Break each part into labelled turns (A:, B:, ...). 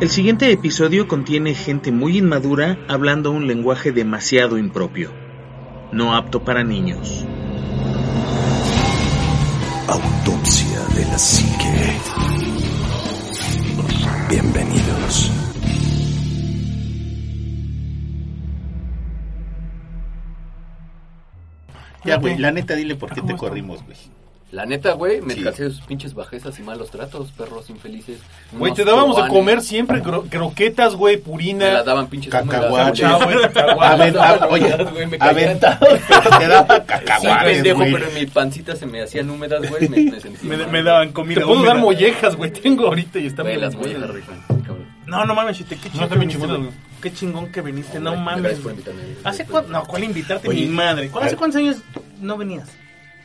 A: El siguiente episodio contiene gente muy inmadura hablando un lenguaje demasiado impropio, no apto para niños.
B: Autopsia de la psique. Bienvenidos.
C: Ya,
D: Ah,
C: güey, la neta dile por qué te corrimos, güey.
E: La neta, güey, me
C: Sí.
E: cansé de sus pinches bajezas y malos tratos, perros infelices.
D: Güey,
E: Unos
D: te dábamos de
E: cobanes,
D: comer siempre cro- croquetas, güey,
E: Me
D: purina.
E: las daban pinches
C: Cacahuates.
E: húmedas,
D: Chao,
E: güey.
D: güey, cacahuates.
C: Aventa- oye,
E: güey, me caían.
C: aventados, pero te daba
E: Sí,
C: cacahuates,
E: pendejo,
C: güey.
E: pero en mi pancita se me hacían húmedas, güey, me, me sentía
D: Me,
E: mal.
D: me daban comida.
F: Te
D: Te
F: puedo
D: puedo
F: dar
D: dar mollejas, güey. Tengo ahorita y están
E: Güey, las voy a
D: buenas.
E: dejar rifan, cabrón.
F: No, no mames, chiste, qué chingón.
D: está
F: que
D: bien
F: viniste,
D: chingón,
F: güey. Qué chingón que viniste, no
E: Güey,
F: mames.
E: gracias por invitarme. güey.
F: ¿Hace cuánto? No, ¿cuál invitarte?
C: Oye,
F: mi madre. ¿Cuál-
C: a
F: ¿Hace
C: ver.
F: cuántos años no venías?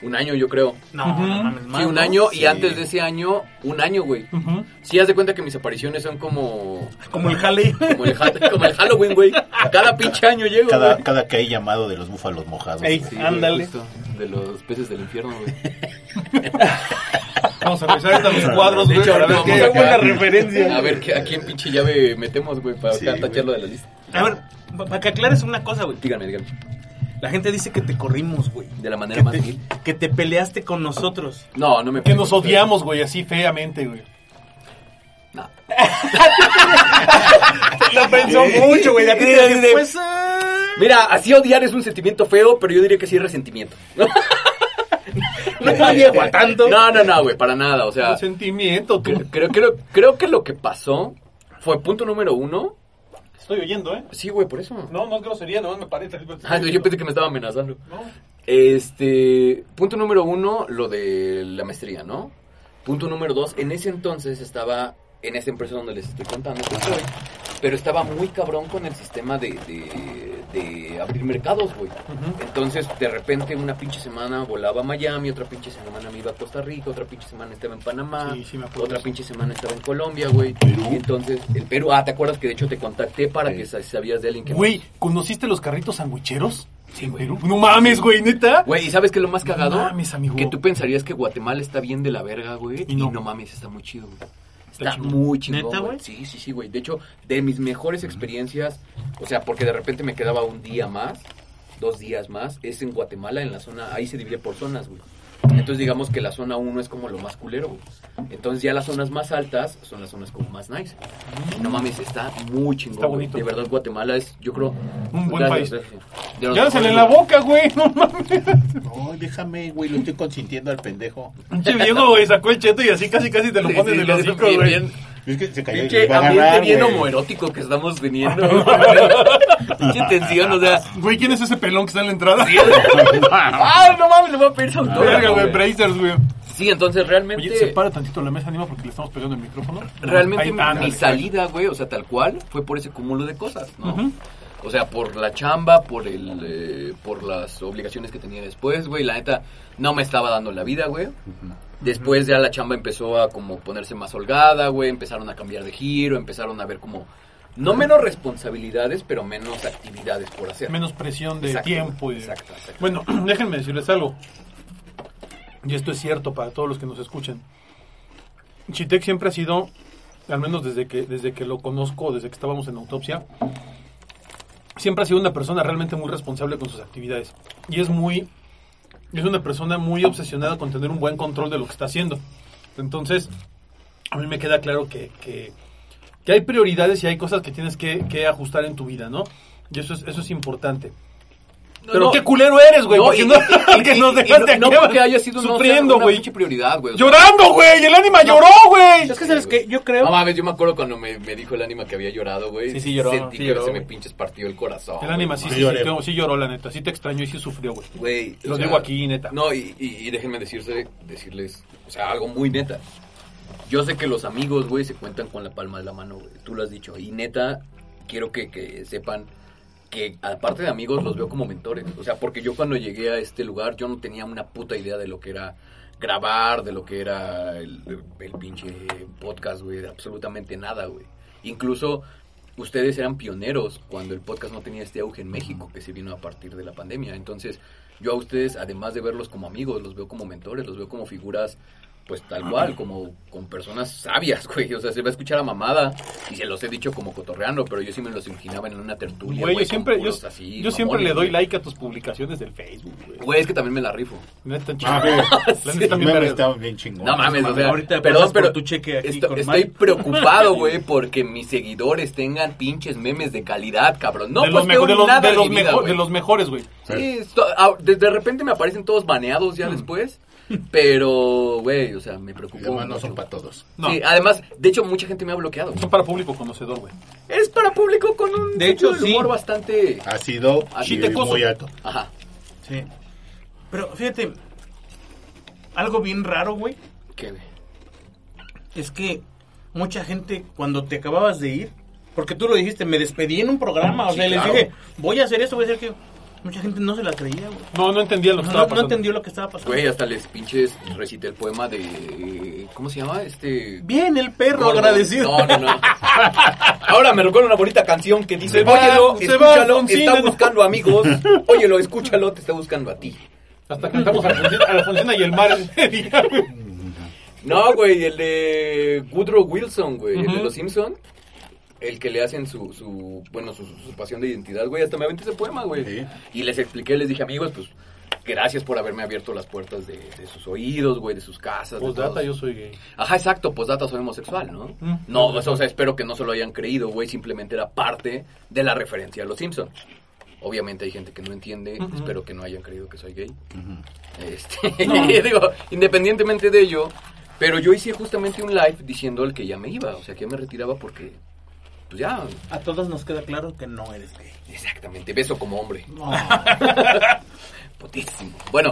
E: Un año, yo creo.
F: No, no mames, más.
E: Sí, un
F: ¿no?
E: año,
C: Sí.
E: y antes de ese año, un año, güey.
F: Ujú.
E: Sí, haz de cuenta que mis apariciones son como...
F: Como el jale.
E: Como el, ha- como el Halloween, güey. Cada pinche año llego,
C: Cada,
E: güey.
C: cada que hay llamado de los búfalos mojados.
F: Ey,
C: güey.
E: Sí, güey,
F: ándale.
E: justo, de los peces del infierno, güey.
D: Vamos a revisar ahorita los cuadros,
E: De
D: güey.
E: hecho,
D: para ver
E: ahorita
D: qué-
E: vamos
D: qué buena
E: acá.
D: referencia.
E: A ver qué- a quién pinche llave metemos, güey, para
C: Sí,
E: acá
C: güey.
E: tacharlo de la lista.
F: A ver, pa- para que aclares una cosa, güey.
E: Díganme, díganme.
F: La gente dice que te corrimos, güey.
E: De la manera
F: Que
E: más
F: te,
E: vil.
F: que te peleaste con nosotros.
E: No, no me
D: Que nos odiamos, güey, así feamente, güey.
E: No.
F: Lo pensó mucho, güey. La gente
E: Eh,
F: dice, pues,
E: Mira, así odiar es un sentimiento feo, pero yo diría que sí es resentimiento.
F: no llego a tanto.
E: No, no, no, güey, para nada. O sea,
D: sentimiento, tú.
E: cre- creo, creo, creo que lo que pasó fue punto número uno.
D: Estoy oyendo, ¿eh?
E: Sí, güey, por eso.
D: No, no es grosería, nomás me parece.
E: Ah, no, yo pensé que me estaba amenazando. Este, punto número uno, lo de la maestría, ¿no? Punto número dos, en ese entonces estaba en esa empresa donde les estoy contando que estoy, pero estaba muy cabrón con el sistema de, de- de abrir mercados, güey. Entonces, de repente, una pinche semana volaba a Miami, otra pinche semana me iba a Costa Rica, otra pinche semana estaba en Panamá,
D: Sí, sí me acuerdo
E: otra
D: eso.
E: pinche semana estaba en Colombia, güey. Y Entonces, el Perú, ah, ¿te acuerdas que de hecho te contacté para que sa- sabías de alguien que...
D: Güey, ¿conociste los carritos sandwicheros? Sí, en Perú. No mames, güey, neta.
E: Güey, ¿y sabes qué es lo más
D: No
E: cagado?
D: mames, amigo.
E: Que tú pensarías que Guatemala está bien de la verga, güey.
D: Y
E: Y
D: no.
E: no, mames, está muy chido, güey.
D: Está
E: Está
D: chingón.
E: muy chingón,
F: ¿Neta, güey?
E: güey. Sí, sí, sí, güey. De hecho, de mis mejores experiencias, o sea, porque de repente me quedaba un día más, dos días más, es en Guatemala, en la zona, ahí se divide por zonas, güey. Entonces digamos que la zona 1 es como lo más culero, güey. Entonces ya las zonas más altas son las zonas como más nice. Y No mames, está muy chingón.
D: Está
E: güey.
D: bonito.
E: De verdad, Guatemala es, yo creo...
D: Un buen país.
E: gracias. De los
D: Ya
E: mejores
D: sale en la
E: lugares.
D: boca, güey. No mames.
C: No, déjame, güey, lo estoy consintiendo al pendejo.
D: Pinche viejo, güey, sacó el cheto y así casi casi te lo
E: Sí,
D: pones
E: sí,
D: de los hocico,
E: bien,
D: güey.
E: bien.
C: Es que se cayó y
E: Pinche
C: le iba a
E: ambiente
C: agarrar,
E: bien
C: güey.
E: homoerótico que estamos teniendo. Pinche tensión, o sea.
D: Güey, ¿quién es ese pelón que está en la entrada?
E: ¡Ah, no mames! Le voy a pedir su
D: Verga,
E: autógrafo,
D: güey,
E: güey.
D: Brazers, güey.
E: Sí, entonces realmente.
D: Oye, separa tantito la mesa, anima, porque le estamos pegando el micrófono.
E: Realmente
D: Ahí,
E: mi,
D: ándale,
E: mi salida, güey, o sea, tal cual, fue por ese cúmulo de cosas, ¿no? O sea, por la chamba, por el, eh, por las obligaciones que tenía después, güey, la neta, no me estaba dando la vida, güey. Después ya la chamba empezó a como ponerse más holgada, güey, empezaron a cambiar de giro, empezaron a ver como, no menos responsabilidades, pero menos actividades por hacer.
D: Menos presión de
E: Exacto,
D: tiempo. y de-
E: exacto, exacto.
D: Bueno, déjenme decirles algo. Y esto es cierto para todos los que nos escuchan. Chitec siempre ha sido, al menos desde que, desde que lo conozco, desde que estábamos en autopsia, siempre ha sido una persona realmente muy responsable con sus actividades. Y es muy. Es una persona muy obsesionada con tener un buen control de lo que está haciendo. Entonces, a mí me queda claro que, que, que hay prioridades y hay cosas que tienes que, que ajustar en tu vida, ¿no? Y eso es, eso es importante.
E: No,
D: Pero
E: no.
D: qué culero eres, güey.
E: No,
D: porque
E: y-
D: no,
E: y- y-
D: porque nos
E: y-
D: dejaste
E: y no,
D: aquí
E: no porque haya sido no, o sea,
D: sufriendo,
E: una
D: güey.
E: pinche prioridad, güey. o sea,
D: Llorando, güey. El ánima lloró, güey.
F: Es que, ¿sabes qué? Yo creo...
E: No mames, yo me acuerdo cuando me, me dijo el ánima que había llorado, güey.
F: Sí, sí lloró,
E: Sentí
F: sí
E: que
F: lloró,
E: se me
F: güey.
E: pinches partió el corazón.
D: El ánima sí,
C: Sí
D: sí, sí,
C: lloré.
D: sí, sí lloró, la neta. Sí te extrañó y sí sufrió, güey.
E: Güey,
D: Lo
E: o sea,
D: digo aquí, neta.
E: No, y, y- y déjenme decirse, decirles, o sea, algo muy neta. Yo sé que los amigos, güey, se cuentan con la palma de la mano, güey. Tú lo has dicho. Y neta, quiero que, que sepan que aparte de amigos los veo como mentores. O sea, porque yo cuando llegué a este lugar yo no tenía una puta idea de lo que era grabar, de lo que era el, el pinche podcast, güey. de Absolutamente nada, güey. Incluso ustedes eran pioneros cuando el podcast no tenía este auge en México que se vino a partir de la pandemia. Entonces, yo a ustedes, además de verlos como amigos, los veo como mentores, los veo como figuras, pues tal cual, como con personas sabias, güey. O sea, se va a escuchar a mamada y se los he dicho como cotorreando, pero yo sí me los imaginaba en una tertulia.
D: Güey, yo
E: con
D: siempre, yo,
E: puros así,
D: yo siempre
E: mamones,
D: le doy
E: güey.
D: like a tus publicaciones del Facebook, güey.
E: Güey, es que también me la rifo.
D: No es tan
C: Ah,
D: chido.
C: sí.
D: La neta está bien
C: Meme
D: verga.
C: está bien chingón.
E: No mames, o sea,
F: ahorita
E: perdón,
F: pasas por
E: pero
F: tu cheque aquí
E: esto-
F: con
E: estoy
F: Mike.
E: preocupado, güey, porque mis seguidores tengan pinches memes de calidad, cabrón. No,
D: de, los
E: posteo
D: mejo- de los-
E: nada
D: de
E: de
D: los
E: mi vida,
D: mejo-
E: güey.
D: de los mejores, güey.
E: Sí, esto- ah, de, de repente me aparecen todos baneados
D: Mm.
E: ya después, pero, güey, o sea, me preocupó.
C: Además, no
E: mucho.
C: son para todos.
D: No.
E: Sí, además, de hecho, mucha gente me ha bloqueado. güey.
D: Son para público conocedor, güey.
E: Es para público con un
F: De hecho,
E: sentido del
F: sí.
E: humor bastante...
C: Ha sido
E: Así
C: y
E: te
D: puso.
C: muy alto.
E: Ajá.
F: Sí. Pero fíjate, algo bien raro, güey,
E: ¿Qué, güey?
F: es que mucha gente cuando te acababas de ir, porque tú lo dijiste, me despedí en un programa, o
E: Sí,
F: sea,
E: claro.
F: les dije, voy a hacer esto, voy a hacer que mucha gente no se la creía, güey.
D: No, no entendía lo que
F: No,
D: Pues estaba
F: no
D: pasando.
F: entendió lo que estaba pasando.
E: Güey, hasta les pinches recité el poema de... ¿Cómo se llama? Este...
F: Bien, el perro
E: Gordo.
F: agradecido.
E: No, no, no. Ahora me recuerda una bonita canción que dice,
D: Se va,
E: óyelo,
D: se va,
E: escúchalo,
D: Alfonsina,
E: está
D: no".
E: buscando amigos, óyelo, escúchalo, te está buscando a ti.
D: Hasta cantamos a Alfonsina, a Alfonsina y el mar. ese día, güey.
E: No, güey, el de Woodrow Wilson, güey, el de
D: Ujú.
E: Los Simpson, el que le hacen su, su bueno, su, su pasión de identidad, güey, hasta me aventé ese poema, güey.
C: Sí.
E: Y les expliqué, les dije, amigos, pues, gracias por haberme abierto las puertas de, de sus oídos, güey, de sus casas. de
D: Postdata,
E: todos".
D: yo soy gay.
E: Ajá, exacto, postdata soy homosexual, ¿no?
D: Mm.
E: No, o sea, o sea, espero que no se lo hayan creído, güey, simplemente era parte de la referencia a los Simpsons. Obviamente hay gente que no entiende,
D: Ujú.
E: espero que no hayan creído que soy gay. Este, digo, independientemente de ello, pero yo hice justamente un live diciendo al que ya me iba, o sea, que ya me retiraba porque, pues ya,
F: A todos nos queda claro que no eres gay.
E: exactamente, beso como hombre.
F: No.
E: Putísimo. Bueno,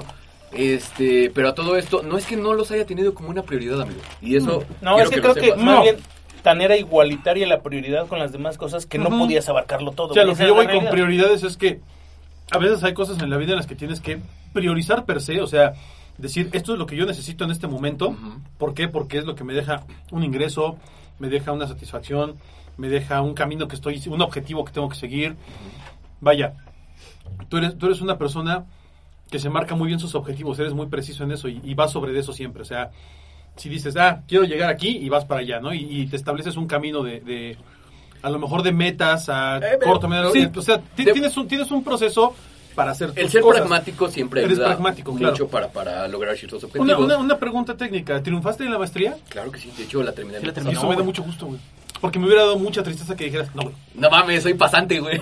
E: este, pero a todo esto, no es que no los haya tenido como una prioridad, amigo. Y eso.
F: Mm. No, es
E: quiero
F: que,
E: lo
F: creo que
E: sepas.
F: más
D: No.
F: bien tan era igualitaria la prioridad con las demás cosas que no
D: Ujú.
F: podías abarcarlo todo.
D: O sea,
F: güey,
D: lo
F: esa
D: que yo
F: es la
D: voy con
F: realidad.
D: prioridades es que a veces hay cosas en la vida en las que tienes que priorizar per se, o sea, decir, esto es lo que yo necesito en este momento.
E: Ujú.
D: ¿Por qué? Porque es lo que me deja un ingreso, me deja una satisfacción, me deja un camino que estoy, un objetivo que tengo que seguir. Vaya, tú eres, tú eres una persona que se marca muy bien sus objetivos, eres muy preciso en eso y, y vas sobre de eso siempre, o sea, si dices, ah, quiero llegar aquí y vas para allá, ¿no? Y, y te estableces un camino de, de- a lo mejor de metas, a
E: Eh, pero-
D: corto, medio,
E: sí.
D: o sea, ti-
E: De-
D: tienes, un, tienes un proceso para hacer
E: El
D: tus
E: ser
D: cosas.
E: pragmático siempre
D: Eres
E: ayuda
D: pragmático,
E: mucho
D: claro.
E: para, para lograr ciertos objetivos.
D: Una, una, una pregunta técnica, ¿triunfaste en la maestría?
E: Claro que sí, de hecho la terminé.
F: Sí, la
E: el
F: terminé.
D: Y eso
F: No,
D: me da
F: güey.
D: mucho gusto, güey. Porque me hubiera dado mucha tristeza que dijeras, no, güey,
E: pasado. No mames, soy pasante, güey.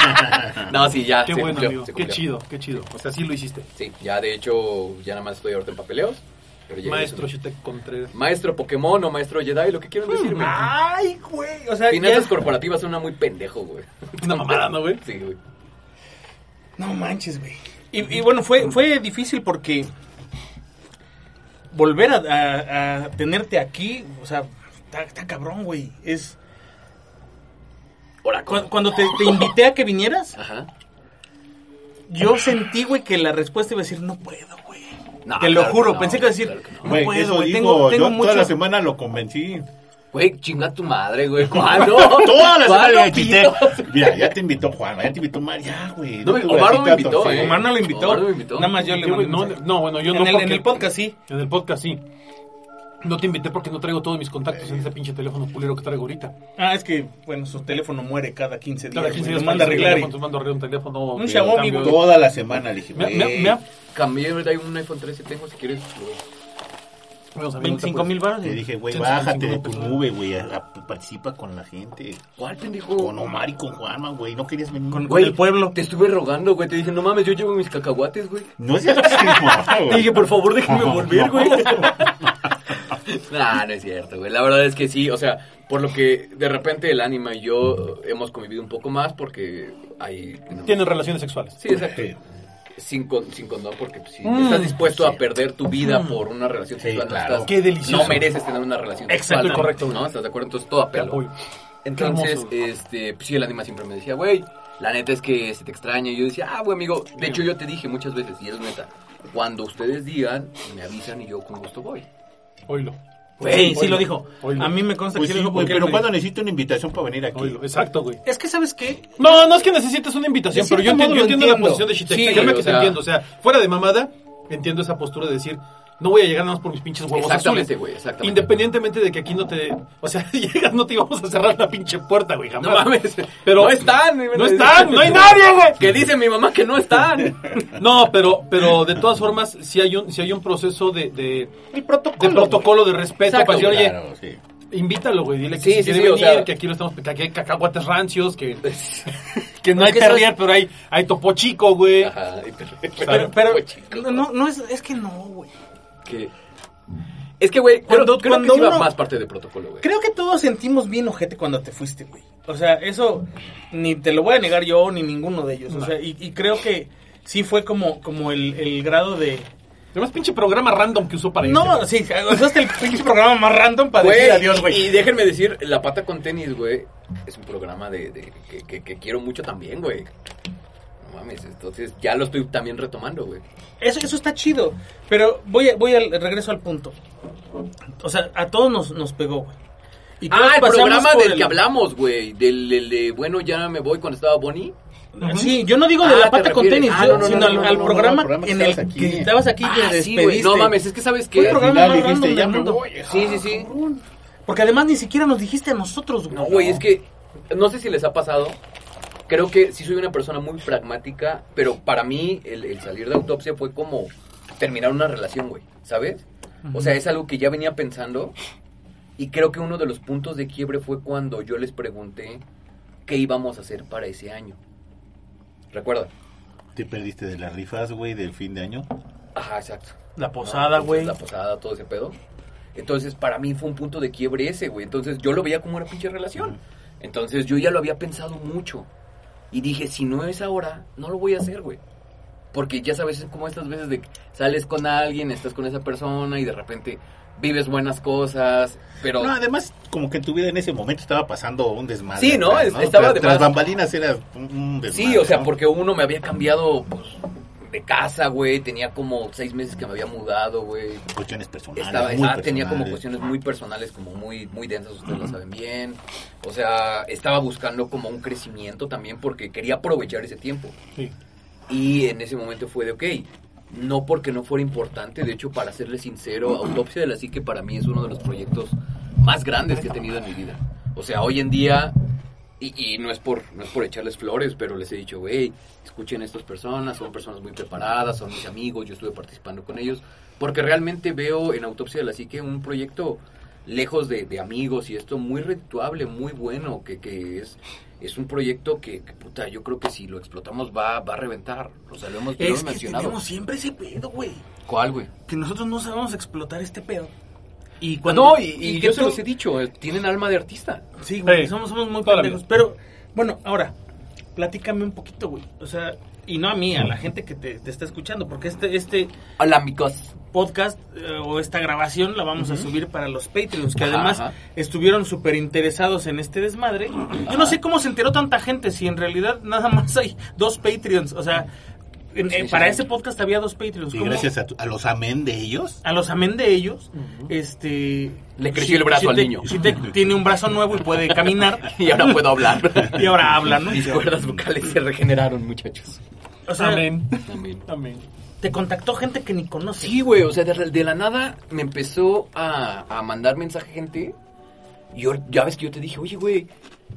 E: no, sí, ya.
F: Ah,
D: qué
E: se
D: bueno,
E: cumplió,
D: amigo,
E: se
D: qué
E: cumplió.
D: chido, qué chido. O sea, sí lo hiciste.
E: Sí, ya de hecho, ya nada más estoy ahorita en papeleos. Pero ya
D: Maestro Pues,
E: ya-
D: Shitek Contreras.
E: Maestro Pokémon o maestro Jedi, lo que quieran decirme.
D: ah,
F: Ay, güey. O sea, ya
E: Finanzas
F: es-
E: corporativas suena muy pendejo, güey.
D: Una mamada, ¿no, güey?
E: Sí, güey.
F: No manches, güey. Y, y bueno, fue, fue difícil porque volver a, a- a tenerte aquí, o sea, está, está cabrón, güey. Es
E: Ahora,
F: cu- cuando te, te invité a que vinieras,
E: Ajá.
F: yo sentí, güey, que la respuesta iba a decir no puedo, güey.
E: No,
F: te lo
E: claro
F: juro,
E: que no,
F: pensé que iba a decir
E: claro que no.
F: no,
C: Güey,
F: puedo,
C: eso
F: güey.
C: digo,
F: Tengo, tengo
C: yo
F: mucho.
C: toda la semana lo convencí.
E: Güey, chinga tu madre, güey. ¿Cuándo?
C: Toda la semana
E: ¿Cuándo,
C: lo invité.
E: pito?
C: Mira, ya te invitó Juan, ya te invitó María, güey.
E: No,
C: te
E: Omar no me
C: gracias,
E: invitó,
C: Torfeo.
E: eh.
F: Omar no lo invitó.
E: Omar no lo invitó.
F: Nada más yo Ah, le
D: Yo, güey,
F: mandé
D: no,
F: mensaje.
D: no, bueno, yo
F: en,
D: no
F: el,
D: porque-
F: en el podcast sí.
D: En el podcast sí. No te invité porque no traigo todos mis contactos en ese pinche teléfono culero que traigo ahorita.
F: Ah, es que, bueno, su teléfono muere cada 15 días.
D: Cada 15
F: güey,
D: días
F: lo manda a
D: traigo
F: arreglar.
D: un teléfono, mando a arreglar un teléfono.
F: Un
D: de
F: Xiaomi,
D: cambio.
F: güey.
C: Toda la semana le dije,
D: Me,
C: güey.
D: me, me ha-
E: Cambié, ¿verdad? Hay un iPhone 13 tengo, si quieres. lo veo.
D: Vamos a ver,
F: 25 mil baros.
C: Le dije, güey,
D: Sí,
C: bájate
D: sí,
C: de
D: sí,
C: tu
D: sí.
C: nube, güey. a- a- Participa con la gente.
E: ¿Cuál pendejo?
C: Con Omar y con Juanma, güey. No querías venir.
F: Con-
E: Güey,
F: del pueblo.
E: Te estuve rogando, güey. Te dije, no mames, yo llevo mis cacahuates, güey.
C: No seas chingón,
E: Te
C: güey.
E: dije, por favor, déjenme volver, güey. nah, no es cierto, güey. La verdad es que sí, o sea, por lo que de repente el ánima y yo eh, hemos convivido un poco más porque hay... no.
D: Tienen relaciones sexuales.
C: Eh,
E: Sí, exacto. sin, con- sin condón porque pues, si estás dispuesto a perder tu vida por una relación
C: Sí,
E: sexual, no
C: claro.
E: estás-
D: Qué delicioso.
E: no mereces tener una relación
D: Exacto
E: sexual.
D: y correcto,
E: ¿no?
D: güey.
E: ¿Estás de acuerdo? Entonces todo a
D: Te
E: pelo.
D: apoyo.
E: Entonces,
D: Qué
E: este, pues sí, el anima siempre me decía, güey, la neta es que se te extraña. Y yo decía, ah, güey, amigo. De hecho, yo te dije muchas veces, y es neta, cuando ustedes digan, me avisan y yo con gusto voy.
D: Oílo.
F: eh, Güey, sí
D: Oílo.
F: lo dijo.
D: Oílo.
F: A mí me consta
C: Pues
F: que
C: sí,
F: lo dijo
C: güey,
F: porque...
C: pero cuando necesito una invitación para venir aquí.
D: Oílo. Exacto, güey.
F: Es que, ¿sabes qué?
D: No, no es que necesites una invitación,
F: De
D: pero yo
F: cierto
D: entiendo,
F: modo
D: yo
F: lo
D: entiendo, la
F: entiendo.
D: posición de Shitex.
E: Sí,
D: Créeme que
E: o
D: te
E: sea-
D: entiendo. O sea, fuera de mamada, entiendo esa postura de decir, no voy a llegar nada más por mis pinches huevos
E: Exactamente,
D: azules.
E: güey, exactamente.
D: Independientemente de que aquí no te. O sea, llegas, no te íbamos a cerrar la pinche puerta, güey, jamás.
E: No mames.
D: Pero-
E: no están.
D: No están, no hay nadie, güey.
E: Que dice mi mamá que no están.
D: No, pero, pero de todas formas, sí hay un, sí hay un proceso de, de,
F: El
D: de
F: protocolo.
D: protocolo de respeto
E: Exacto,
D: para decir, oye,
C: Claro, sí.
D: invítalo, güey, dile que
E: Sí,
D: si
E: sí,
D: quiere
E: sí, o
D: venir,
E: sea- Pues,
D: que aquí lo estamos, que aquí hay cacahuates rancios, que, que no hay
E: que eso es-
D: terrier, pero hay, hay topo chico, güey.
E: Ajá, y pero, pues,
F: Pero, pero
E: Güey, chico.
F: no, no es, es que no, güey.
E: Que- Es que, güey, creo-
F: Cuando-
E: creo,
F: cuando
E: que sí va
F: uno-
E: más parte de protocolo, güey.
F: Creo que todos sentimos bien ojete cuando te fuiste, güey. O sea, eso ni te lo voy a negar yo ni ninguno de ellos. O sea, y, y creo que sí fue como, como el, el grado de...
D: Además, pinche programa random que usó para irse.
F: No, sí, usaste el pinche programa más random para
E: Güey,
F: decir adiós,
E: y-
F: güey.
E: Y déjenme decir, La Pata con Tenis, güey, es un programa de, de- que, que- que quiero mucho también, güey. No mames, entonces ya lo estoy también retomando, güey.
F: Eso, eso está chido. Pero voy, a- voy al regreso al punto. O sea, a todos nos, nos pegó, güey. Y todos
E: Ah, el
F: pasamos
E: programa
F: por
E: del
F: el-
E: que hablamos, güey. Del, del de, bueno, ya me voy cuando estaba Bonnie.
F: Sí, yo no digo de
E: Ah,
F: la
E: te
F: pata con
E: refieres.
F: tenis,
E: Ah,
F: yo-
E: no, no,
F: sino
E: no,
F: al,
E: no,
F: al
E: no, no,
F: programa,
C: al programa que
F: en el
C: estabas aquí.
F: que estabas aquí y
E: Ah,
F: te
E: sí, güey.
F: despediste.
E: No mames, es que sabes
F: Fue el
E: que.
F: programa
C: final
F: más
C: dijiste,
F: random
C: "Ya
F: del
C: me
F: mundo".
C: voy, ah,
E: Sí, sí, sí.
F: Porque además ni siquiera nos dijiste a nosotros, güey.
E: No, güey, es que no sé si les ha pasado. Creo que sí soy una persona muy pragmática, pero para mí el, el salir de autopsia fue como terminar una relación, güey, ¿sabes? O sea, es algo que ya venía pensando y creo que uno de los puntos de quiebre fue cuando yo les pregunté qué íbamos a hacer para ese año. ¿Recuerda?
C: ¿Te perdiste de las rifas, güey, del fin de año?
E: Ajá, exacto.
F: La posada,
E: Entonces,
F: güey.
E: La posada, todo ese pedo. Entonces, para mí fue un punto de quiebre ese, güey. Entonces, yo lo veía como una pinche relación. Entonces, yo ya lo había pensado mucho. Y dije, si no es ahora, no lo voy a hacer, güey. Porque ya sabes, es como estas veces de que sales con alguien, estás con esa persona y de repente vives buenas cosas, pero...
C: No, además, como que en tu vida en ese momento estaba pasando un desmadre.
E: Sí, ¿no?
C: atrás,
E: Es- estaba
C: Tras- Tras
E: además-
C: bambalinas era un, un desmadre.
E: sí, o sea,
C: ¿no?
E: porque uno me había cambiado pues, de casa, güey. Tenía como seis meses que me había mudado, güey.
C: Cuestiones personales.
E: Estaba,
C: muy
E: estaba- tenía como
C: personales.
E: cuestiones muy personales, como muy, muy densas, ustedes lo saben bien. O sea, estaba buscando como un crecimiento también porque quería aprovechar ese tiempo.
D: Sí.
E: Y en ese momento fue de, ok, no porque no fuera importante, de hecho, para serle sincero, Autopsia de la Psique para mí es uno de los proyectos más grandes que he tenido en mi vida. O sea, hoy en día, y, y no, es por, no es por echarles flores, pero les he dicho, güey, escuchen a estas personas, son personas muy preparadas, son mis amigos, yo estuve participando con ellos, porque realmente veo en Autopsia de la Psique un proyecto lejos de, de amigos y esto muy redituable, muy bueno, que, que es, es un proyecto que, que, puta, yo creo que si lo explotamos va, va a reventar. O sea, lo hemos, lo hemos
F: Es que
E: mencionado.
F: tenemos siempre ese pedo, güey.
E: ¿Cuál, güey?
F: Que nosotros no sabemos explotar este pedo. Y
E: no, y,
F: que
E: y yo se
F: tú-
E: los he dicho, eh, tienen alma de artista.
F: Sí, güey,
D: Sí.
F: somos, somos muy
D: Toda la
F: pendejos. Pero, bueno, ahora, platícame un poquito, güey. O sea, y no a mí, a la gente que te, te está escuchando, porque este, este
E: Hola, amigos.
F: podcast eh, o esta grabación la vamos a subir para los Patreons, que
E: Ajá,
F: además
E: ajá.
F: estuvieron súper interesados en este desmadre. Yo no sé cómo se enteró tanta gente, si en realidad nada más hay dos Patreons. O sea, en-
E: Sí,
F: eh,
E: sí,
F: para
E: sí.
F: este podcast había dos Patreons.
C: Y
F: ¿Cómo?
C: gracias a, tu- a los amén de ellos.
F: a los amén de ellos, este...
E: Le creció el brazo al
F: te-
E: niño.
F: si te- tiene un brazo nuevo y puede caminar.
E: Y ahora puedo hablar.
F: Y ahora habla, ¿no?
E: Mis cuerdas vocales se regeneraron, muchachos.
F: O sea,
D: Amén.
E: También.
D: Amén.
F: te contactó gente que ni conoce.
E: Sí, güey, o sea, de, de la nada me empezó a, a mandar mensaje gente. Y yo, ya ves que yo te dije, oye, güey,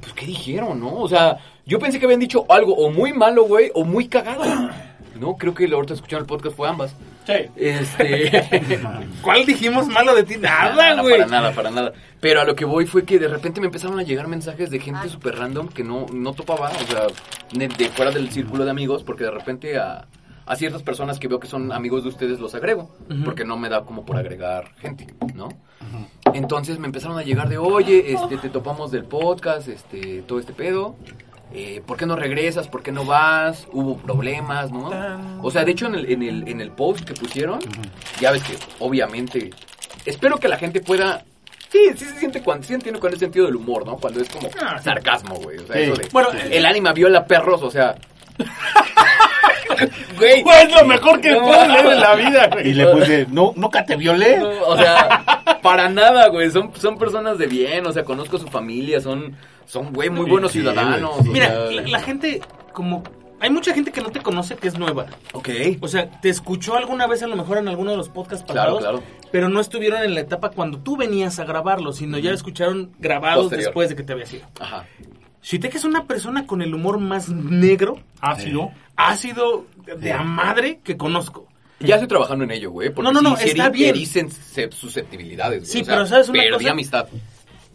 E: pues qué dijeron, ¿no? O sea, yo pensé que habían dicho algo o muy malo, güey, o muy cagado. No, creo que la ahorita escucharon el podcast fue ambas. Este.
F: ¿Cuál dijimos malo de ti? Nada, güey.
E: Para nada, para nada. Pero a lo que voy fue que de repente me empezaron a llegar mensajes de gente súper random que no, no topaba, o sea, ne- de fuera del círculo de amigos, porque de repente a, a ciertas personas que veo que son amigos de ustedes los agrego, porque no me da como por agregar gente, ¿no? Entonces me empezaron a llegar de, oye, este, te topamos del podcast, este, todo este pedo. eh, ¿por qué no regresas? ¿Por qué no vas? Hubo problemas, ¿no? O sea, de hecho en el, en el, en el post que pusieron, ya ves que obviamente, espero que la gente pueda... Sí, sí se siente cuando, sí entiendo cuando es sentido del humor, ¿no? Cuando es como
F: Ah,
E: sarcasmo, güey. O sea,
C: Sí.
E: eso de,
F: Bueno,
E: el ánima viola perros, o sea... güey,
C: Güey, es lo mejor que
E: No.
C: puedo leer en la vida, güey. Y le puse, no, nunca te violé.
E: No, ¿eh? o sea, para nada, güey. Son, son personas de bien, o sea, conozco su familia, son, son güey, muy
C: Sí,
E: buenos
C: sí,
E: ciudadanos.
C: güey, sí.
E: o
F: Mira,
E: sea,
F: la, la gente como... Hay mucha gente que no te conoce que es nueva.
E: Ok.
F: O sea, te escuchó alguna vez a lo mejor en alguno de los podcasts
E: Claro,
F: pasados,
E: claro.
F: pero no estuvieron en la etapa cuando tú venías a grabarlo, sino ya lo escucharon grabados
E: Posterior.
F: después de que te habías ido.
E: Ajá.
F: Shitek es una persona con el humor más negro,
D: Ácido.
F: ácido, de a madre que conozco.
E: Ya estoy trabajando en ello, güey. porque
F: No, no, no,
E: sí, sí
F: está
E: heri-
F: bien.
E: Hericen se- susceptibilidades, güey.
F: Sí,
E: o sea,
F: pero ¿sabes una
E: perdí
F: cosa?
E: amistad.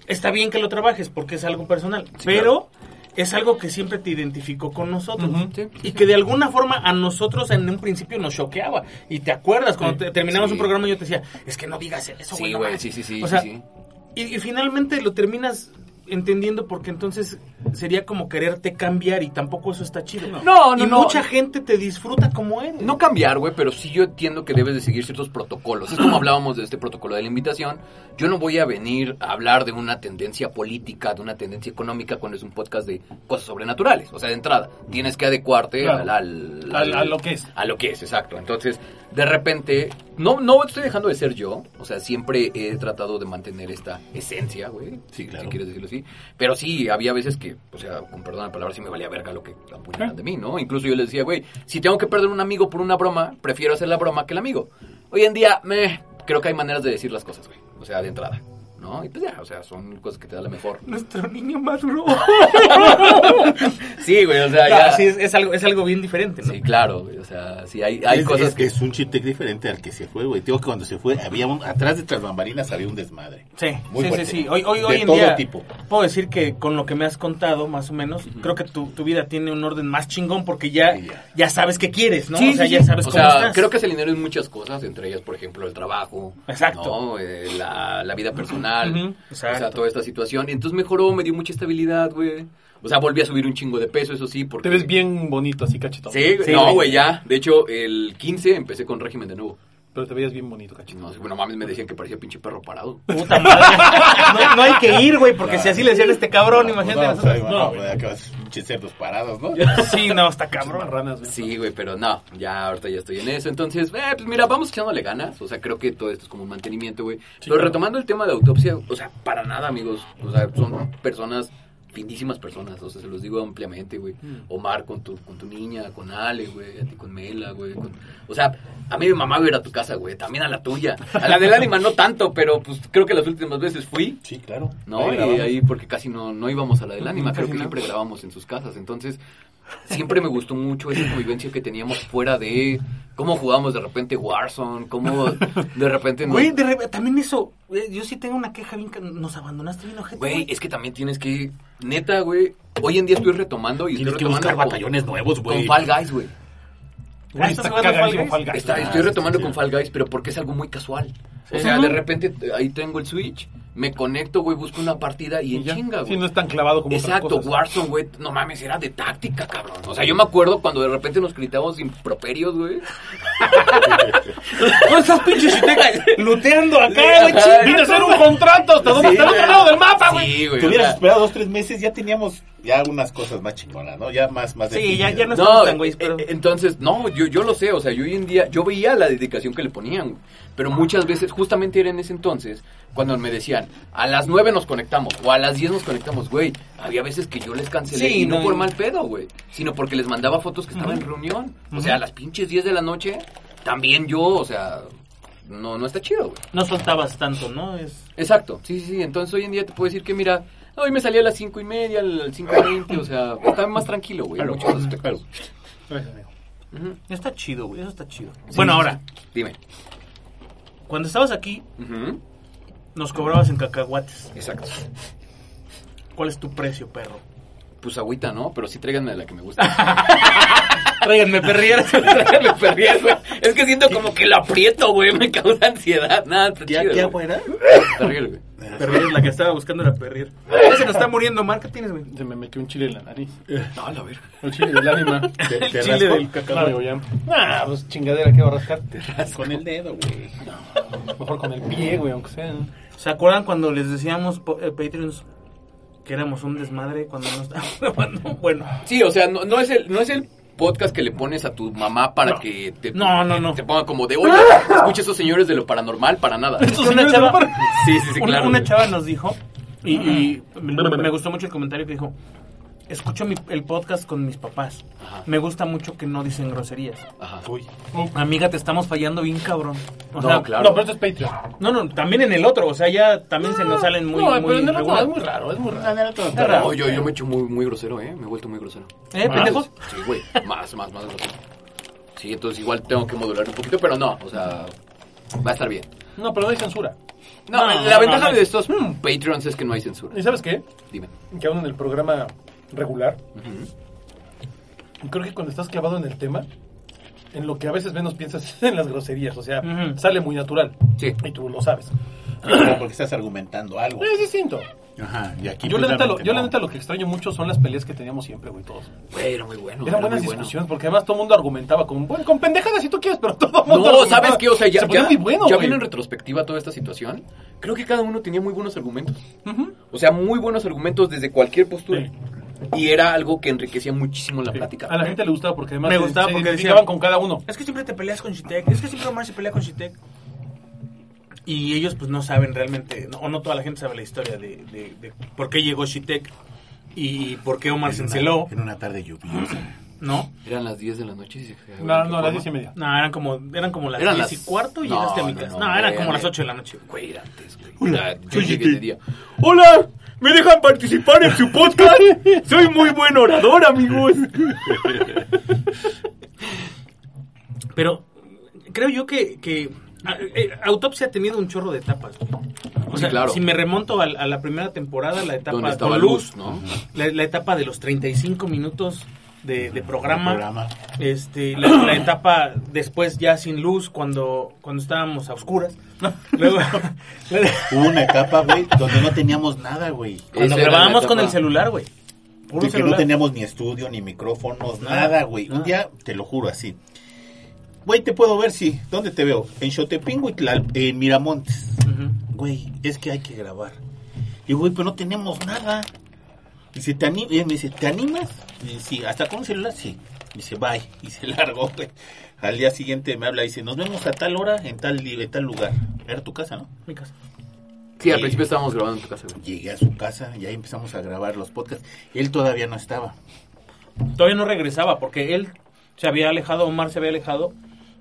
F: Está bien que lo trabajes porque es algo personal, pero es algo que siempre te identificó con nosotros
D: Ujú.
E: Sí.
F: y que de alguna forma a nosotros en un principio nos choqueaba. Y te acuerdas, cuando te- terminamos
E: Sí.
F: un programa yo te decía, es que no digas eso, güey.
E: Sí,
F: no
E: güey,
F: mames".
E: sí, sí, sí.
F: ah. O sea,
E: sí, sí.
F: Y, y finalmente lo terminas entendiendo porque entonces sería como quererte cambiar y tampoco eso está chido.
E: No, no,
F: y
E: no.
F: mucha gente te disfruta como eres.
E: No cambiar, güey, pero sí yo entiendo que debes de seguir ciertos protocolos. Es como hablábamos de este protocolo de la invitación. Yo no voy a venir a hablar de una tendencia política, de una tendencia económica, cuando es un podcast de cosas sobrenaturales. O sea, de entrada, tienes que adecuarte
D: Claro.
E: al, al-
D: Al- a lo que es.
E: A lo que es, exacto. Entonces, de repente, no, no estoy dejando de ser yo. O sea, siempre he tratado de mantener esta esencia, güey.
C: Sí, claro.
E: Si quieres decirlo así. Pero sí, había veces que, o sea, con perdón la palabra, sí me valía verga lo que apuñalan de mí, ¿no? Incluso yo les decía, güey, si tengo que perder un amigo por una broma, prefiero hacer la broma que el amigo. Hoy en día, meh, creo que hay maneras de decir las cosas, güey. O sea, de entrada. ¿No? Y pues ya, o sea, son cosas que te da la mejor.
F: Nuestro niño maduro.
E: Sí, güey, o sea, ya.
F: sí, es, es algo, es algo bien diferente, ¿no?
E: Sí, claro, güey, o sea, sí, hay, hay
C: es,
E: cosas
C: es-
E: que...
C: es un chitec diferente al que se fue, güey. Digo que cuando se fue, había un, atrás de tras bambalinas había un desmadre.
F: Sí,
C: Muy
F: sí,
C: fuerte.
F: sí, sí. Hoy, hoy,
C: De
F: hoy en
C: todo
F: día
C: tipo.
F: puedo decir que con lo que me has contado, más o menos, creo que tu, tu vida tiene un orden más chingón porque ya,
C: Sí, ya.
F: ya sabes qué quieres, ¿no?
E: Sí,
F: o sea,
E: sí,
F: ya
E: sí.
F: sabes
E: Pues, O
F: cómo
E: sea,
F: estás.
E: creo que se alinearon muchas cosas, entre ellas, por ejemplo, el trabajo.
F: Exacto.
E: ¿no? Eh, la, la vida
F: Ujú,
E: personal. O
F: exacto.
E: sea, toda esta situación. Entonces mejoró, me dio mucha estabilidad, güey. O sea, volví a subir un chingo de peso, eso sí, porque...
D: Te ves bien bonito, así cachetón.
E: Sí, güey.
F: Sí,
E: no,
F: güey.
E: güey, ya. De hecho, el 15 empecé con régimen de nuevo.
D: Pero te veías bien bonito, cachetón.
E: No, bueno, mames, me decían que parecía pinche perro parado.
F: Puta madre. No, no hay que ir, güey, porque si así le decían a este cabrón, imagínate.
C: No,
F: nosotros-
C: no,
F: no,
C: güey, acabas pinches cerdos parados, ¿no?
F: sí, no, está
D: Cabrón,
F: cabrón.
D: marranas, güey.
E: Sí, güey, pero no, ya ahorita ya estoy en eso. Entonces, eh, pues mira, vamos echándole ganas. O sea, creo que todo esto es como un mantenimiento, güey. pero
D: claro.
E: retomando el tema de autopsia, o sea, para nada, amigos. O sea, son personas, finísimas personas. O sea, se los digo ampliamente, güey. Omar con tu, con tu niña, con Ale, güey. A ti con Mela, güey. con- O sea, a mí mi mamá iba a ir a tu casa, güey. También a la tuya. A la del ánima no tanto, pero pues creo que las últimas veces fui.
C: Sí, claro.
E: No,
C: Ahí
E: y
C: grabamos.
E: ahí porque casi no, no íbamos a la del ánima, creo
F: casi
E: que
F: no.
E: siempre grabábamos en sus casas. Entonces, siempre me gustó mucho esa convivencia que teníamos fuera de cómo jugábamos de repente Warzone, cómo de repente nos-
F: Güey, de re- también eso, eh, yo sí tengo una queja bien que nos abandonaste bien, ojete.
E: Güey, es que también tienes que, neta, güey, hoy en día estoy retomando y
C: Tienes
E: estoy
C: que
E: retomando
C: buscar
E: con-
C: batallones nuevos,
E: con
C: güey.
E: Fall Guys, güey.
F: ¿estás
D: Güey, está
F: jugando Fall
D: cagadísimo
F: Guys?
D: Fall Guys.
E: Está-
C: Ah,
E: estoy
C: sí,
E: retomando
C: sí,
E: con
C: sí.
E: Fall Guys, pero porque es algo muy casual. O sea, de repente ahí tengo el Switch, me conecto, güey, busco una partida y,
D: Y
E: en
D: ya.
E: chinga, güey.
D: Sí, no es tan clavado como otras
E: Exacto,
D: cosas.
E: Warzone, güey. No mames, era de táctica, cabrón. O sea, yo me acuerdo cuando de repente nos gritábamos improperios, güey.
F: No estás pinche chitecas luteando acá, güey.
E: Ajá.
F: ching-
C: Vine a hacer un contrato hasta donde
E: Sí,
C: está el otro
E: güey.
C: lado del mapa, güey.
E: Sí, güey,
C: Te
E: o
C: hubieras
E: sea.
C: esperado dos, tres meses, ya teníamos ya unas cosas más chingonas, ¿no? Ya más, más
F: Sí, ya,
C: definidas.
F: ya no estamos
E: No,
F: tan güeyes,
E: eh,
F: pero...
E: eh, entonces, no, yo, yo lo sé, o sea, yo hoy en día, yo veía la dedicación que le ponían, güey. pero muchas veces, justamente era en ese entonces, cuando me decían, a las 9 nos conectamos, o a las 10 nos conectamos, güey, había veces que yo les cancelé,
F: Sí,
E: y no,
F: no,
E: por
F: y-
E: mal pedo, güey, sino porque les mandaba fotos que estaba en reunión, o sea, a las pinches 10 de la noche, también yo, o sea, no, no está chido, güey.
F: No soltabas tanto, ¿no? Es...
E: Exacto, sí, sí, sí. Entonces hoy en día te puedo decir que, mira, hoy me salí a las cinco y media, a las cinco y veinte, o sea, está más este tranquilo, güey. en
C: Claro,
E: muchos aspectos.
C: claro.
D: Gracias, amigo.
E: Ujú.
F: Está chido, güey, eso está chido.
E: Sí,
F: bueno,
E: sí,
F: ahora,
E: sí. Dime.
F: cuando estabas aquí,
E: Ujú.
F: nos cobrabas en cacahuates.
E: Exacto.
F: ¿Cuál es tu precio, perro?
E: Pues agüita, ¿no? Pero sí tráiganme de la que me gusta.
F: Tráiganme perrieras.
E: Tráiganme perrier, güey. Es que siento como que lo aprieto, güey. Me causa ansiedad. Nada, está
C: ¿Ya,
E: chido,
C: ya
E: güey.
C: fuera?
E: Está horrible, güey.
F: Perrir, la que estaba buscando era perrir. Ya se nos está muriendo, marca tienes, güey.
D: Se me metió un chile en la nariz.
F: No, la verga.
D: El chile del ánima.
C: ¿Te, te
F: chile
C: raspo?
F: del cacao.
D: Claro, ya. Ah, pues chingadera que va a rascar.
C: Con el dedo, güey.
D: Mejor con el pie, güey, aunque sea. ¿no?
F: ¿Se acuerdan cuando les decíamos, po- eh, Patreons, que éramos un desmadre cuando no estábamos grabando? Bueno,
E: Sí, o sea, no, no es el, no es el podcast que le pones a tu mamá para que te,
F: No, no, no.
E: te ponga como de, oye, escucha esos señores de lo paranormal, para nada.
F: una
D: señores
F: chava-
D: de la par-
E: Sí, sí, sí,
F: una,
E: claro.
F: una
E: güey.
F: chava nos dijo, y, y me, me gustó mucho el comentario que dijo, escucho mi- el podcast con mis papás.
E: Ajá.
F: Me gusta mucho que no dicen groserías.
E: Ajá.
F: Amiga, te estamos fallando bien cabrón. O
E: No,
F: sea,
E: claro.
D: No, pero esto es Patreon.
F: No, no, también en el otro, o sea, ya también se nos salen muy...
D: no,
F: muy
D: pero en el otro
F: regular.
D: es muy raro, es muy raro.
F: Está raro.
E: No, yo, yo me he hecho muy, muy grosero, ¿eh? Me he vuelto muy grosero.
F: ¿Eh, pendejos?
E: Sí, güey. Más, más, más grosero. Sí, entonces igual tengo que modular un poquito, pero no, o sea, va a estar bien.
D: No, pero no hay censura.
E: No,
F: No,
E: la
F: no,
E: ventaja
F: no.
E: de estos Patreons es que no hay censura.
D: ¿Y sabes qué?
E: Dime.
D: Que aún en el programa regular, creo que cuando estás clavado en el tema, en lo que a veces menos piensas es en las groserías. O sea,
F: Ujú.
D: sale muy natural.
E: Sí.
D: Y tú lo sabes.
C: Porque estás argumentando algo.
D: Es distinto.
C: Pues, Ajá, y aquí
D: Yo la, neta lo,
C: precisamente
D: yo la
C: no.
D: neta lo que extraño mucho son las peleas que teníamos siempre, güey, todos.
E: Güey, era muy bueno.
D: Eran
E: era
D: buenas
E: muy bueno.
D: discusiones, porque además todo el mundo argumentaba con, bueno, con pendejadas si tú quieres, pero todo el mundo
E: No,
D: argumentaba.
E: ¿sabes qué? O sea, ya,
D: Se ponía
E: ya,
D: muy bueno,
E: ya
D: güey.
E: viendo en retrospectiva toda esta situación, creo que cada uno tenía muy buenos argumentos. O sea, muy buenos argumentos desde cualquier postura.
D: Sí.
E: Y era algo que enriquecía muchísimo la
D: Sí.
E: plática.
D: A la gente le gustaba porque además
F: Me
D: se-
F: gustaba
D: se
F: porque
D: identificaban
F: decían-
D: con cada uno.
F: Es que siempre te peleas con Shitek, es que siempre Omar se pelea con Shitek. Y ellos pues no saben realmente, no- o no toda la gente sabe la historia de, de- de por qué llegó Shitek y por qué Omar
C: En
F: se
C: una-
F: enceló,
C: En una tarde lluviosa.
F: ¿no?
E: Eran las 10 de la noche. y se-
D: No, no, a
E: ¿Qué
D: las diez y
E: forma?
D: media.
F: No, eran como, eran como las
E: Eran
F: 10 y
E: las-
F: cuarto y
E: No,
F: llegaste a mi
E: no,
F: casa.
E: no,
F: No, eran
E: güey,
F: como las
E: güey.
F: 8 de la noche.
E: Güey, era antes, güey. Hola, yo llegué de día. ¡Hola! ¿Me dejan participar en su podcast? ¡Soy muy buen orador, amigos!
F: Pero creo yo que, que a- eh, Autopsia ha tenido un chorro de etapas. O
E: Sí,
F: sea,
E: claro.
F: si me remonto a, a la primera temporada, la etapa
E: Donde
F: de
E: estaba luz, ¿no?
F: la, la etapa de los 35 minutos de,
E: Ah,
F: de programa,
C: Programa.
F: Este, la, la etapa después ya sin luz cuando, cuando estábamos a oscuras. Luego,
C: Hubo una etapa, güey, donde no teníamos nada, güey.
F: cuando
E: Esa era la
F: grabábamos con
E: etapa.
F: el celular, güey. Puro
C: Porque no
F: celular.
C: teníamos ni estudio, ni micrófonos,
F: Nada,
C: nada, güey. Un
F: nada.
C: día, te lo juro, así. Güey, te puedo ver, sí. ¿Dónde te veo? En Xotepengo y Tlal- en Miramontes.
F: Ujú.
C: Güey, es que hay que grabar. Y güey, pero no tenemos nada. Y dice, ¿te anim-? y me dice, ¿te animas? Y sí, ¿hasta con un celular? Sí. Y dice, bye. Y se largó, güey. Al día siguiente me habla y dice, nos vemos a tal hora en tal, li- en tal lugar. Era tu casa, ¿no?
F: Mi casa.
E: Sí, al
C: Sí.
E: principio estábamos grabando en tu casa, güey.
C: Llegué a su casa y ahí empezamos a grabar los podcasts. Él todavía no estaba.
F: Todavía no regresaba porque él se había alejado, Omar se había alejado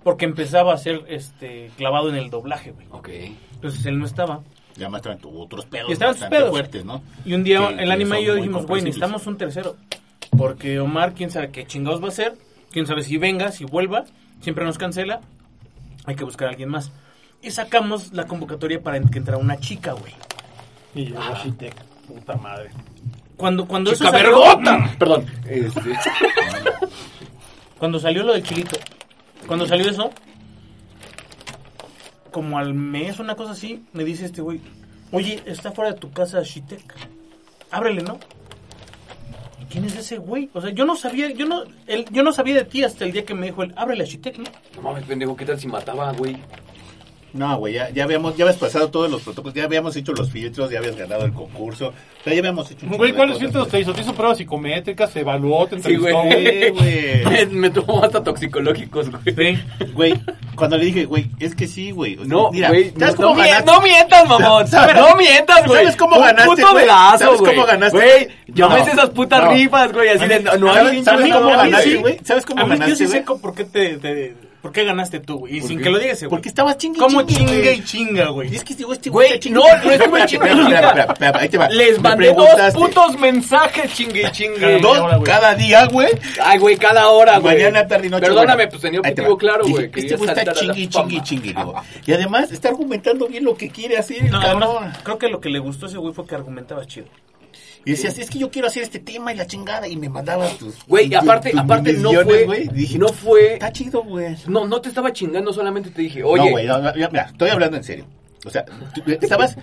F: porque empezaba a ser este clavado en el doblaje, güey.
E: Ok.
F: Entonces él no estaba.
C: Ya más traen tu- otros pedos
F: Y estaban sus
C: bastante
F: pedos.
C: fuertes, ¿no?
F: Y un día
C: Sí,
F: el
C: sí,
F: anime y yo
C: son muy
F: dijimos, güey,
C: comprensibles.
F: necesitamos un tercero. Porque Omar, quién sabe qué chingados va a ser. Quién sabe si venga, si vuelva. Siempre nos cancela. Hay que buscar a alguien más. Y sacamos la convocatoria para que entrara una chica, güey.
D: Y
E: Ah.
D: yo, Washington, puta madre.
F: Cuando, cuando, eso
E: ¡Chica
F: salió-
E: vergota! Perdón. Este,
F: cuando salió lo del chilito. Cuando salió eso. Como al mes, una cosa así, me dice este güey, oye, está fuera de tu casa Shitek. Ábrele, ¿no? ¿Quién es ese güey? O sea, yo no sabía, yo no, él- yo no sabía de ti hasta el día que me dijo él, ábrele a Shitek, ¿no?
E: no mames, pendejo, ¿qué tal si mataba, güey?
C: No, güey, ya, ya habíamos, ya habías pasado todos los protocolos, ya habíamos hecho los filtros, ya habías ganado el concurso, o sea, ya habíamos hecho un
D: Güey,
C: chingo de
D: ¿cuáles
C: cosas,
D: filtros te
C: güey.
D: hizo? Te hizo pruebas psicométricas, te evaluó, te
E: Sí, güey.
D: entrevistó, güey.
C: güey.
E: Me tomó hasta toxicológicos, güey.
C: Güey, cuando le dije, güey, es que sí, güey. o sea,
E: No,
C: mira,
E: güey,
C: ¿sabes
E: no,
C: cómo
E: no mien-
C: ganaste?
E: no mientas, mamón.
C: ¿Sabes?
E: No mientas, güey.
C: ¿Sabes cómo
E: Un
C: ganaste,
E: puto
C: güey?
E: velazo,
C: ¿Sabes
E: güey.
C: cómo ganaste?
E: Güey, yo
C: No.
E: me hice esas putas
C: No.
E: rifas, güey, así de no, no hay
C: ¿Sabes,
E: pinche
C: sabes
F: mí-
C: cómo
F: a mí
C: ganaste,
F: sí.
C: güey? ¿Sabes
F: A
C: cómo
F: mí- yo
C: ganaste,
F: sí
C: güey?
F: sé co- por qué te, te- por qué ganaste tú, güey, y sin
E: qué?
F: que lo digas, güey.
C: Porque estabas chingue y
F: ¿Cómo
C: chingue,
F: chinga
C: güey.
F: y chinga, güey?
C: Y es que este güey, este
E: Güey,
C: está
E: no, no estuve chingue y
C: Espera,
E: chingue.
C: espera, espera, espera, ahí te va.
E: Les
C: Me
E: mandé dos
C: preguntaste,
E: putos mensajes, chingue y chingue.
C: Dos
D: Ahora, güey.
C: cada día, güey.
E: Ay, güey, cada hora, Ah, güey.
C: Mañana, tarde y noche.
E: Perdóname,
C: bueno.
E: pues tenía
C: Ahí te
E: objetivo
C: va.
E: claro,
C: Dije,
E: güey.
C: Este
E: quería
C: güey está
E: saltar a la
C: chingue, chingue,
E: fama.
C: chingue. digo. Y además está argumentando bien lo que quiere hacer el
F: No,
C: cabrón.
F: además, creo que lo que le gustó a ese güey fue que argumentaba chido.
C: Y decías, es que yo quiero hacer este tema y la chingada. Y me mandabas tus.
E: Güey, y
C: tus-
E: aparte,
C: tus
E: aparte no
C: guiones,
E: fue,
C: güey. Dije,
E: no fue,
C: Está chido, güey.
E: no, no te estaba chingando, solamente te dije,
C: No,
E: oye,
C: güey, no, no, mira, mira, estoy hablando en serio. O sea, tú- estabas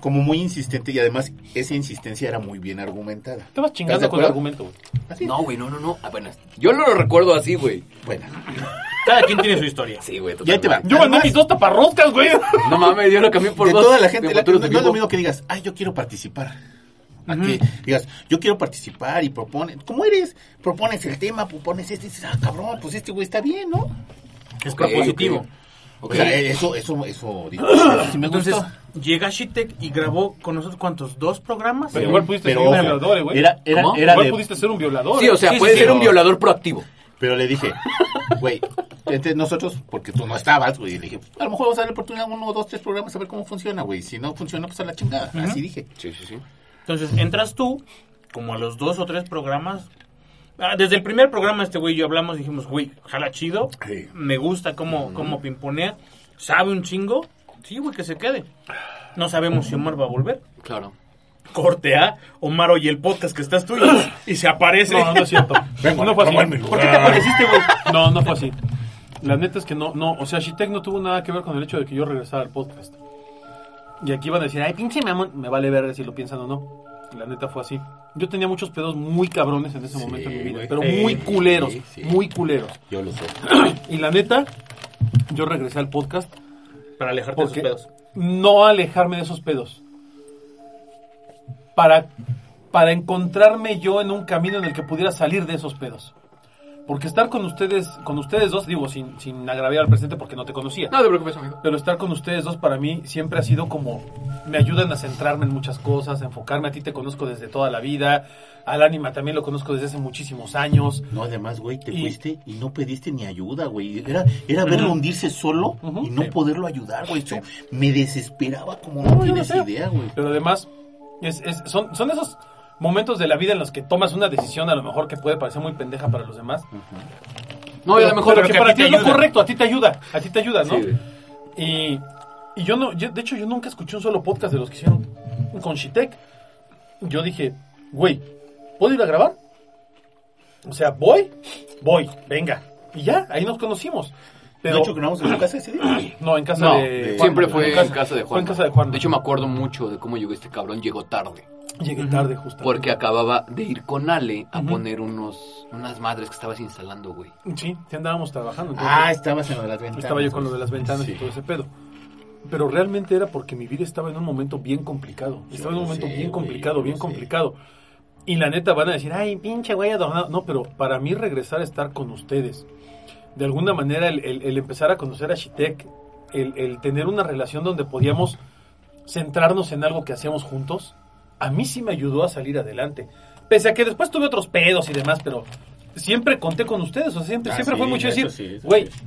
C: como muy insistente y además esa insistencia era muy bien argumentada.
D: Estabas
C: ¿Estás de
D: chingando con
C: acuerdo?
D: el argumento, güey.
C: Así.
E: no, güey, no, no, no, apenas, yo no lo recuerdo así, güey,
C: Bueno,
G: Cada quien tiene su historia.
E: sí, güey,
C: y ahí te va.
D: Yo mandé
C: Además,
D: mis dos taparroscas, güey.
E: No mames, yo lo cambié por
C: de
E: dos.
C: toda la gente,
E: de
C: la- no,
E: futuros de
C: no es lo
E: vivo.
C: mismo que digas, ay, yo quiero participar. A que digas, yo quiero participar y propones. ¿Cómo eres? Propones el tema, propones este, y dices, ah, cabrón, pues este güey está bien, ¿no?
G: Es
E: Ok,
G: propositivo.
E: ok.
C: O sea, eh, eso, eso, eso, digo, eso sí me
G: Entonces,
C: gustó.
G: llega Shitek y grabó con nosotros, ¿cuántos? ¿Dos programas?
D: Pero igual pudiste
C: Pero
D: ser un
C: ojo,
D: violador, güey.
C: era, era,
E: ¿Cómo?
C: era
D: Igual
C: de,
D: pudiste ser un violador.
E: Sí, o sea,
G: Sí, sí,
E: puede
G: sí.
E: ser un
C: No.
E: violador proactivo.
C: Pero le dije, güey, entre nosotros, porque tú no estabas, güey, le dije, "Pues, a lo mejor vamos a darle oportunidad a uno, dos, tres programas a ver cómo funciona, güey. Si no funciona, pues a la chingada. Así dije.
E: Sí, sí, sí.
G: Entonces, entras tú, como a los dos o tres programas. Ah, Desde el primer programa este güey y yo hablamos, dijimos, güey, jala chido,
C: Sí.
G: me gusta cómo, cómo pimponea, sabe un chingo, sí, güey, que se quede. No sabemos si Omar va a volver.
E: Claro.
G: Corte A, Omar oye el podcast que estás tú y, y se aparece.
D: No, no es cierto.
C: Vengo a
D: no fue así.
C: tomar mi lugar.
G: ¿Por qué te apareciste, güey?
D: No, no fue así. La neta es que no, no, o sea, Shitek no tuvo nada que ver con el hecho de que yo regresara al podcast. Y aquí van a decir, ay, pinche mamón, me vale ver si lo piensan o no. La neta fue así. Yo tenía muchos pedos muy cabrones en ese momento en mi vida,
C: güey.
D: pero
C: Sí,
D: muy culeros,
C: sí, sí.
D: muy culeros.
C: Yo lo sé.
D: Y la neta, yo regresé al podcast
G: Para alejarte
D: porque
G: de esos pedos.
D: no alejarme de esos pedos. Para, para encontrarme yo en un camino en el que pudiera salir de esos pedos. Porque estar con ustedes, con ustedes dos, digo, sin, sin agraviar al presente porque no te conocía.
E: No te preocupes, amigo.
D: Pero estar con ustedes dos para mí siempre ha sido como, me ayudan a centrarme en muchas cosas, a enfocarme. A ti te conozco desde toda la vida, al ánima también lo conozco desde hace muchísimos años.
C: No, además, güey, te
D: Y-
C: fuiste y no pediste ni ayuda, güey. Era, era verlo hundirse solo
D: Ujú.
C: y no
D: Sí.
C: poderlo ayudar, güey. Eso me desesperaba como no,
D: yo lo
C: tienes
D: sé.
C: idea, güey.
D: Pero además, es, es- son, son esos momentos de la vida en los que tomas una decisión a lo mejor que puede parecer muy pendeja para los demás.
E: No, y a lo mejor.
D: pero que
E: a
D: para
E: ti
D: ti
E: te
D: es lo
E: ayuda.
D: correcto, a ti te ayuda, a ti te ayuda, ¿no?
E: Sí, güey.
D: y, y yo no, yo- de hecho yo nunca escuché un solo podcast de los que hicieron con Shitek. Yo dije, güey, ¿puedo ir a grabar? O sea, voy, voy, venga. Y ya, ahí nos conocimos. Pero
C: de hecho, que no vamos a su casa ese día.
D: no, en casa
E: No,
D: de...
E: siempre
D: Juan,
E: fue
D: en casa-
E: en casa de Juan.
D: Fue en casa de Juan.
E: De hecho, me acuerdo mucho de cómo llegó este cabrón. Llegó tarde.
D: llegué tarde justo.
E: Porque acababa de ir con Ale a poner unos, unas madres que estabas instalando, güey.
D: Sí, sí andábamos trabajando. entonces-
C: Ah, estabas en lo de las ventanas.
D: Estaba yo con lo de las ventanas
C: Sí.
D: y todo ese pedo. Pero realmente era porque mi vida estaba en un momento bien complicado.
C: Yo
D: Estaba en un
C: lo
D: momento
C: sé,
D: bien
C: güey,
D: complicado,
C: yo lo
D: bien
C: sé.
D: complicado. Y la neta van a decir, ay, pinche güey, adornado. No, pero para mí regresar a estar con ustedes, de alguna manera el, el- el empezar a conocer a Shitek, el, el tener una relación donde podíamos centrarnos en algo que hacíamos juntos, a mí sí me ayudó a salir adelante. Pese a que después tuve otros pedos y demás, pero siempre conté con ustedes. O sea, siempre,
C: Ah,
D: siempre
C: sí,
D: fue mucho
C: eso
D: decir,
C: sí, eso
D: güey,
C: sí.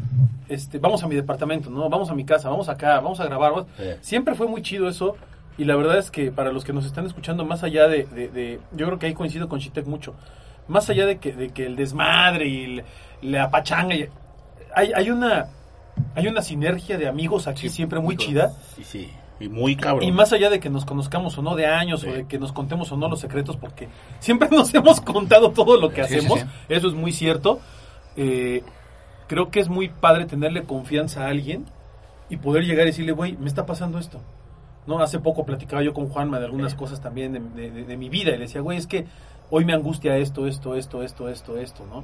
D: este, vamos a mi departamento, ¿no? Vamos a mi casa, vamos acá, vamos a grabar. vamos-
C: Eh.
D: Siempre fue muy chido eso. Y la verdad es que para los que nos están escuchando, más allá de... de- de- yo creo que ahí coincido con Chitec mucho. Más allá de que, de que el desmadre y el- la pachanga... y- hay, hay una... Hay una sinergia de amigos aquí siempre muy chida.
C: Sí, sí. Y muy cabrón.
D: Y más allá de que nos conozcamos o no de años o de que nos contemos o no los secretos, porque siempre nos hemos contado todo lo que
E: Sí, sí,
D: hacemos,
E: sí.
D: eso es muy cierto. Eh, creo que es muy padre tenerle confianza a alguien y poder llegar y decirle, güey, me está pasando esto. No, hace poco platicaba yo con Juanma de algunas cosas también de, de- de- de mi vida y le decía, güey, es que hoy me angustia esto, esto, esto, esto, esto, esto, ¿no?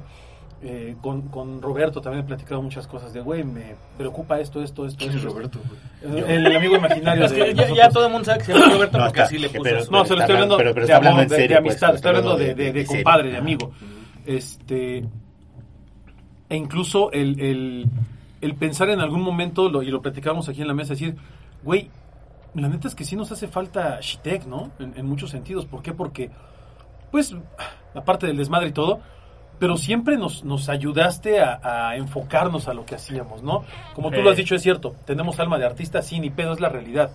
D: Eh, con, con Roberto también he platicado muchas cosas de, güey, me preocupa esto, esto, esto. esto, esto". El, el amigo imaginario.
G: Es
D: de
G: que ya, ya
D: nosotros.
G: todo el mundo sabe que se llama Roberto
C: No,
G: porque
C: está-
G: así le
C: que
G: puso.
C: pero-
G: su-
D: No, se lo estoy
C: Pero-
D: hablando,
C: pero- pero
D: de,
C: está hablando
D: amor,
C: en
D: de- de
C: serio, pues,
D: amistad,
C: está
D: estoy hablando
C: hablando
D: de,
C: de-
D: de- de
C: de serio.
D: compadre, de amigo. Este, e incluso el, el- el pensar en algún momento, lo- y lo platicamos aquí en la mesa, decir, güey, la neta es que sí nos hace falta Shitek, ¿no? En, en muchos sentidos. ¿Por qué? Porque, pues, aparte del desmadre y todo, pero siempre nos, nos ayudaste a, a enfocarnos a lo que hacíamos, ¿no? Como tú lo has dicho, es cierto, tenemos alma de artista, sí, ni pedo, es la realidad.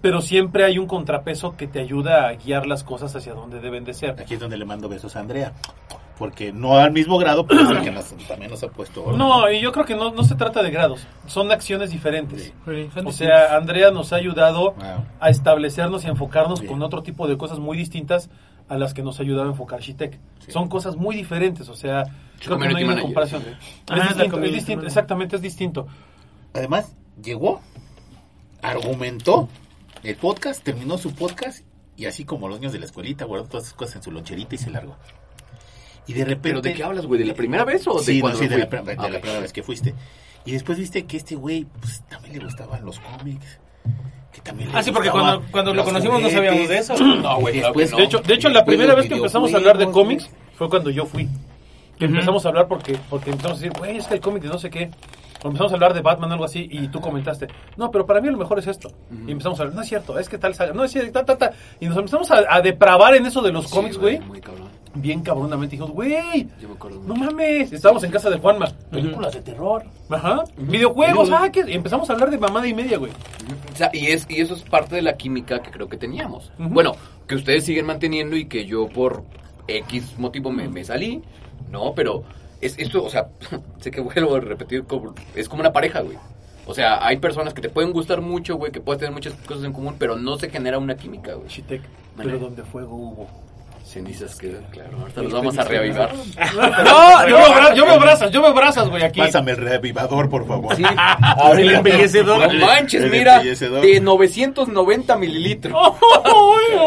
D: Pero siempre hay un contrapeso que te ayuda a guiar las cosas hacia donde deben de ser.
C: Aquí es donde le mando besos a Andrea. Porque no al mismo grado, pero es el que nos- también nos ha puesto.
D: No, y yo creo que no, no se trata de grados, son acciones diferentes.
G: Son
D: O sea, Andrea nos ha ayudado
C: Ah.
D: a establecernos y a enfocarnos
C: Sí.
D: con otro tipo de cosas muy distintas a las que nos ha ayudado a enfocar Shitek. Son cosas muy diferentes, o sea, creo que no
E: community
D: hay una
E: manager.
D: comparación.
G: Ah,
D: es
G: la
D: distinto, es
G: community
D: distinto,
G: manager.
D: exactamente, es distinto.
C: Además, llegó, argumentó el podcast, terminó su podcast y así como los niños de la escuelita guardó todas sus cosas en su loncherita y se largó. Y de repente... eh,
E: ¿Pero de qué hablas, güey? ¿De la primera vez o de
C: Sí, no,
E: cuando
C: sí, de, la,
E: fui?
C: prim- de
E: Ah,
C: la
E: ok.
C: primera vez que fuiste. Y después viste que este güey pues, también le gustaban los cómics. Que también le
F: Ah, sí, porque
C: gustaban
F: cuando- cuando lo
C: los
F: conocimos no sabíamos de eso.
E: No, güey,
C: Y
E: claro que
C: después-
E: no.
D: De hecho, de hecho
C: y
D: la
C: después
D: primera
C: los
D: vez que empezamos a hablar de
C: videojuegos,
D: cómics fue cuando yo fui. Que Empezamos a hablar porque, porque empezamos a decir, güey, es que hay cómics de no sé qué. O empezamos a hablar de Batman o algo así y tú comentaste, no, pero para mí lo mejor es esto. Y empezamos a hablar, no es cierto, es que tal saga, no es cierto, ta, ta, ta. Y nos empezamos a, a depravar en eso de los
E: Sí,
D: cómics, güey.
E: Muy cabrón.
D: Bien cabronamente dijimos, güey,
E: Yo me acuerdo
D: no
E: mucho.
D: mames, estábamos en casa de Juanma. Películas de terror. Ajá. Videojuegos, ah, que y empezamos a hablar de mamada y media, güey.
E: O sea, y, es, y eso es parte de la química que creo que teníamos.
D: Ujú.
E: Bueno, que ustedes siguen manteniendo y que yo por X motivo me, me salí. No, pero es esto, o sea, sé que vuelvo a repetir, como- es como una pareja, güey. O sea, hay personas que te pueden gustar mucho, güey, que puedes tener muchas cosas en común, pero no se genera una química, güey.
D: Chitec,
E: Vale.
D: pero donde fuego hubo.
E: Cenizas que, claro, ahorita los vamos a reavivar.
D: No, yo me abrazas, yo me abrazas, yo me abrazas, güey, aquí.
C: Pásame el reavivador, por favor.
E: Sí.
C: El
E: No
C: embellecedor.
E: manches,
C: El
E: mira,
C: embellecedor.
E: de 990 mililitros.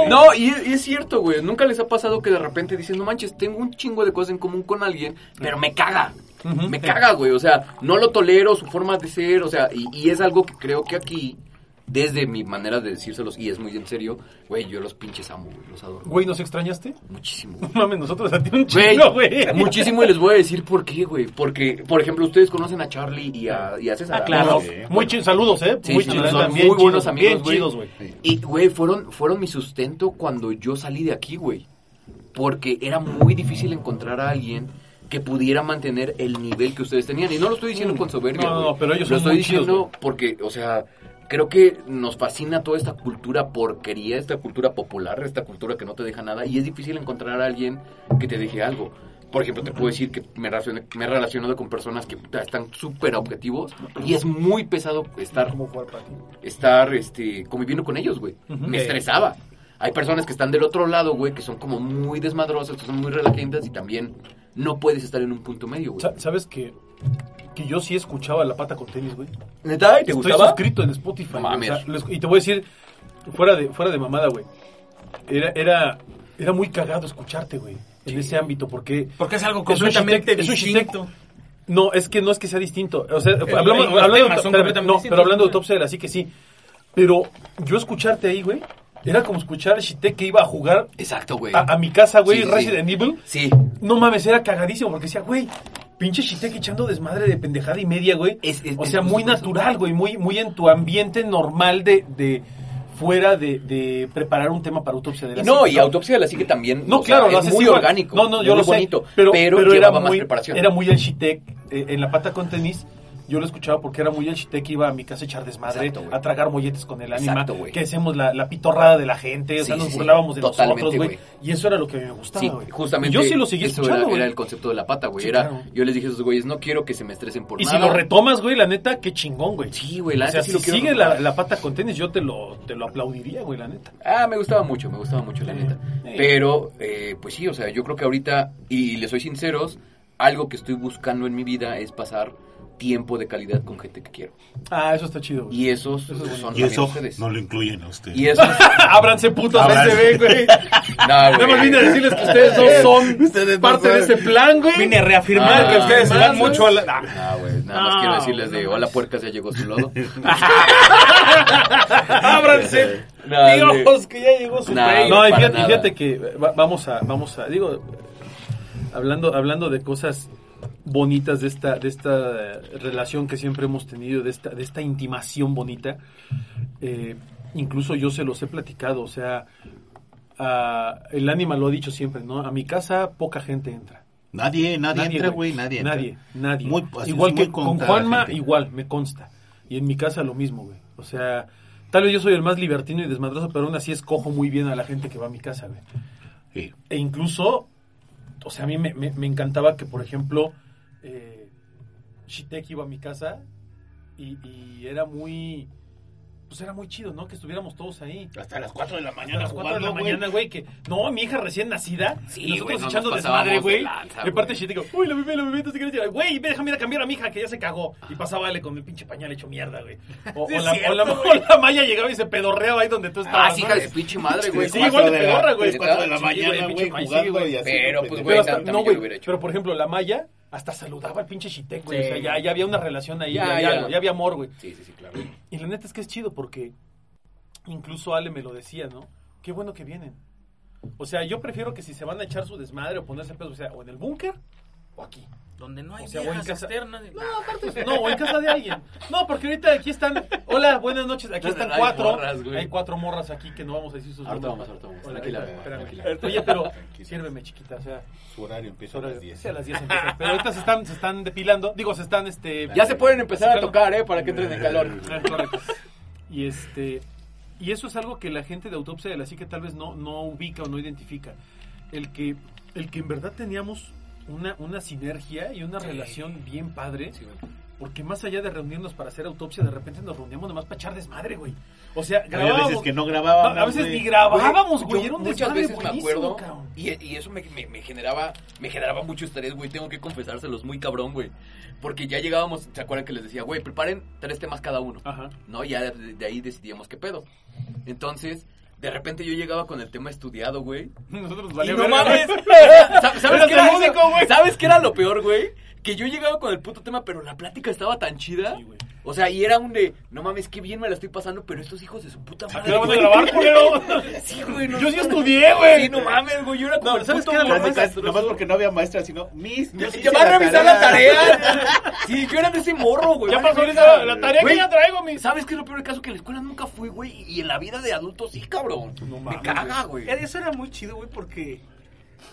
E: No, y es, y es cierto, güey. Nunca les ha pasado que de repente dicen, no manches, tengo un chingo de cosas en común con alguien, pero me caga. Me caga, güey. O sea, no lo tolero, su forma de ser. O sea, y, y es algo que creo que aquí, desde mi manera de decírselos, y es muy en serio, güey, yo los pinches amo, güey. Los adoro.
D: Güey, ¿nos extrañaste?
E: Muchísimo. güey.
D: Mames, nosotros a ti un
E: Güey,
D: chingo, güey.
E: muchísimo y les voy a decir por qué, güey. Porque, por ejemplo, ustedes conocen a Charlie y a, y a César. ¿no?
D: Ah, Claro.
C: Sí.
D: Muy chidos, saludos, ¿eh?
E: Sí,
D: muy
E: sí,
D: chidos,
E: son
D: también
E: muy buenos
D: chidos,
E: amigos,
D: bien
E: güey.
D: chidos, güey.
E: Y, güey, fueron, fueron mi sustento cuando yo salí de aquí, güey. Porque era muy difícil encontrar a alguien que pudiera mantener el nivel que ustedes tenían. Y no lo estoy diciendo con soberbia,
D: No, no,
E: güey.
D: no, pero ellos
E: Lo
D: son
E: estoy
D: muy chidos,
E: diciendo porque, o sea, creo que nos fascina toda esta cultura porquería, esta cultura popular, esta cultura que no te deja nada. Y es difícil encontrar a alguien que te deje algo. Por ejemplo, te puedo decir que me relacioné- me he relacionado con personas que puta, están súper objetivos y es muy pesado estar
D: ¿Cómo fue el partido?
E: estar este, conviviendo con ellos, güey. Me estresaba. Hay personas que están del otro lado, güey, que son como muy desmadrosas, que son muy relajientas y también no puedes estar en un punto medio, güey.
D: Sa- ¿Sabes que, que yo sí escuchaba La Pata con Tenis, güey?
E: ¿Neta? ¿Te
D: Estoy
E: gustaba?
D: suscrito en Spotify.
E: No
D: güey,
E: mames.
D: o sea, lo escu- y te voy a decir, fuera de, fuera de mamada, güey. Era, era, era muy cagado escucharte, güey. En ese ámbito, porque...
F: Porque es algo
D: Es un
F: completamente
D: shitek- es un shitek.
F: distinto.
D: No, es que no es que sea distinto. O sea,
F: los
D: hablamos,
F: temas son
D: hablando, de- espérame,
F: completamente
D: no,
F: distintos.
D: pero hablando de autopsia de la psique, sí. Pero yo escucharte ahí, güey, era como escuchar a Shitek que iba a jugar
E: Exacto, güey.
D: a, a mi casa, güey,
E: Sí, sí,
D: Resident Evil.
E: Sí.
D: No mames, era cagadísimo porque decía, güey, pinche Shitek echando desmadre de pendejada y media, güey.
E: Es- es-
D: o
E: es
D: sea,
E: justo
D: muy
E: por eso.
D: natural, güey, muy, muy en tu ambiente normal de, de fuera de, de preparar un tema para autopsia de la
E: No,
D: psique,
E: y autopsia de la psique también.
D: no,
E: o sea,
D: claro, lo
E: es
D: haces
E: muy
D: igual.
E: orgánico.
D: No, no, yo
E: muy
D: lo sé.
E: bonito, Pero, llevaba más preparación.
D: Era muy el Shitek eh, en la pata con tenis. Yo lo escuchaba porque era muy el Shitek, iba a mi casa a echar desmadre,
E: Exacto, güey.
D: a tragar molletes con el ánima,
E: Exacto, güey.
D: que hacíamos la, la pitorrada de la gente, o
E: Sí,
D: sea, nos
E: sí, sí.
D: burlábamos de
E: Totalmente,
D: nosotros, güey.
E: güey.
D: Y eso era lo que a mí me gustaba,
E: Sí,
D: güey.
E: justamente.
D: Y yo sí lo seguí
E: eso
D: escuchando,
E: era,
D: güey.
E: era el concepto de la pata, güey.
D: Sí,
E: Era-
D: claro.
E: Yo les dije a esos güeyes, no quiero que se me estresen por
D: Y si
E: nada.
D: lo retomas, güey, la neta, qué chingón, güey.
E: Sí, güey, la
D: O sea,
E: neta sí
D: si
E: lo quiero
D: sigue
E: retomar.
D: la, la pata con tenis, yo te lo, te lo aplaudiría, güey, la neta.
E: Ah, me gustaba mucho, me gustaba mucho, la
D: Sí,
E: neta.
D: sí.
E: Pero, eh, pues sí, o sea, yo creo que ahorita, y les soy sinceros, algo que estoy buscando en mi vida es pasar tiempo de calidad con gente que quiero.
D: Ah, eso está chido, güey.
E: Y esos son
C: Y
E: también
C: eso
E: ustedes.
C: no lo incluyen a ustedes.
E: Y esos...
D: Ábranse putos, ahí se ve, güey.
E: No,
D: Nada más vine a
E: Ah, güey.
D: decirles que ustedes no son parte de ese plan, güey.
F: Vine a reafirmar
E: Ah,
F: que ustedes se van
E: más,
F: mucho a la... Ah.
E: No, güey, nada más quiero decirles de hola puercas, ya llegó su lodo.
F: Ábranse.
E: No,
F: Dios, que ya llegó su
E: Nah,
F: rey.
E: güey.
D: Ah, No, y
E: para
D: fíjate, y
E: nada.
D: fíjate que va- vamos a, vamos a, digo, hablando, hablando de cosas bonitas de esta, de esta eh, relación que siempre hemos tenido, de esta, de esta intimación bonita, eh, incluso yo se los he platicado, o sea, a- el ánima lo ha dicho siempre, ¿no? A mi casa poca gente entra.
C: Nadie, nadie, entra,
D: güey.
C: güey, nadie entra.
D: Nadie, nadie.
C: Muy- así
D: igual
C: es,
D: que
C: muy
D: con
C: contada
D: Juanma,
C: gente.
D: igual, me consta. Y en mi casa lo mismo, güey. O sea, tal vez yo soy el más libertino y desmadroso, pero aún así escojo muy bien a la gente que va a mi casa, güey.
C: Sí.
D: E incluso o sea, a mí me, me- me encantaba que, por ejemplo, eh, Shitek iba a mi casa y, y era muy. Pues era muy chido, ¿no? Que estuviéramos todos ahí.
C: Hasta las 4 de la
D: A
C: mañana.
D: las 4 de la
C: jugando,
D: mañana, güey, que. No, mi hija recién nacida.
E: Sí,
D: y nosotros
E: güey, no nos
D: echando
E: pasábamos
D: desmadre,
E: de
D: güey.
E: lanza,
D: De parte
E: güey.
D: Shitek, uy, la bebé, la bebé, entonces quieres güey, ve, déjame ir a cambiar a mi hija que ya se cagó. Y pasábale con el pinche pañal hecho mierda, güey. O,
F: Sí,
D: o
F: es
D: la, o la-
F: cierto, güey.
D: o la malla llegaba y se pedorreaba ahí donde tú estabas.
E: Ah, sí,
D: ¿no?
E: hija de su pinche madre, güey.
D: Sí,
C: Cuatro
D: igual de
C: de la-
D: pedorra, güey.
C: tres, cuatro de la
D: Sí, güey,
C: mañana,
D: pinche
C: güey,
D: maíz, sí,
C: jugando
D: güey.
C: y así.
E: Pero,
C: pendejo.
E: pues,
D: Pero,
E: güey,
D: hasta-
E: también
D: no,
E: yo
D: güey,
E: lo hubiera hecho.
D: pero por ejemplo, la Maya hasta saludaba al pinche Chitec, güey.
F: Sí.
D: O sea, ya, ya había una relación ahí, ya,
E: Ya,
D: había
E: ya.
D: algo, ya había amor, güey.
E: Sí, sí, sí, claro.
D: Y la neta es que es chido porque incluso Ale me lo decía, ¿no? Qué bueno que vienen. O sea, yo prefiero que si se van a echar su desmadre o ponerse pedo, o sea, o en el búnker o aquí.
F: Donde no hay
D: O sea, voy
F: viejas
D: en casa-
F: externas. ni-
D: No, o en casa de alguien. No, porque ahorita aquí están. Hola, buenas noches. Aquí están
E: Hay
D: cuatro.
E: morras, güey.
D: hay cuatro morras aquí que no vamos a decir sus
E: Ahorita vamos,
D: nombres.
E: ahorita vamos.
D: Hola,
E: Tranquila,
D: espérame.
E: tranquila.
D: Oye, pero sírveme, chiquita. O sea,
C: Su horario empieza a las 10.
D: Sí, a las 10 empieza. Pero ahorita se están, se están depilando. Digo, se están este.
E: Ya se pueden empezar a tocar, ¿eh? Para que entren en calor.
D: Ah, correcto. Y este. Y eso es algo que la gente de autopsia de la psique tal vez no, no ubica o no identifica. El que, el que en verdad teníamos una, una sinergia y una relación bien padre.
E: Sí, güey.
D: Porque más allá de reunirnos para hacer autopsia, de repente nos reuníamos nomás para echar desmadre, güey. O sea,
C: Había
D: grabábamos.
C: veces que no
D: No,
C: grabábamos.
D: a veces
C: güey.
D: ni grabábamos,
E: Yo
D: Ah, güey. Era un
E: muchas
D: desmadre
E: veces me
D: buenísimo,
E: acuerdo
D: cabrón.
E: y, y eso me, me- me generaba me generaba mucho estrés, güey. Tengo que confesárselos muy cabrón, güey. Porque ya llegábamos, ¿se acuerdan que les decía, güey, preparen tres temas cada uno?
D: Ajá.
E: ¿no? Ya de, de ahí decidíamos qué pedo. Entonces, de repente yo llegaba con el tema estudiado, güey.
D: Nosotros nos
E: Y
D: valía
E: no
D: verga.
E: mames. sa- ¿Sabes
D: Eras
E: qué era
D: el único,
E: eso?
D: güey.
E: ¿Sabes qué era lo peor, güey? Que yo llegaba con el puto tema, pero la plática estaba tan chida.
D: Sí, güey.
E: o sea, y era un de, no mames, qué bien me la estoy pasando, pero estos hijos de su puta madre.
D: Acabamos de
E: güey.
D: grabar, culero.
E: Sí, güey, no-
D: Yo sí estudié, güey.
E: Sí, no mames, güey. Yo era como
D: No,
E: el
D: ¿sabes
E: puto
D: qué era lo
C: Las
E: más
C: de
D: más
C: casi-
E: castroso.
C: Nomás porque no había maestra, sino mis. yo sí hice
E: Ya va a revisar la tarea. Sí, yo era de ese morro, güey.
D: Ya
E: Vale,
D: pasó
E: verga,
D: ahorita la tarea que
E: Güey,
D: ya traigo, mi.
E: ¿Sabes qué es lo peor del caso? Que en la escuela nunca fui, güey. Y en la vida de adulto sí, cabrón.
D: No
E: Me
D: mames,
E: caga, güey.
F: Eh, Eso era muy chido, güey, porque...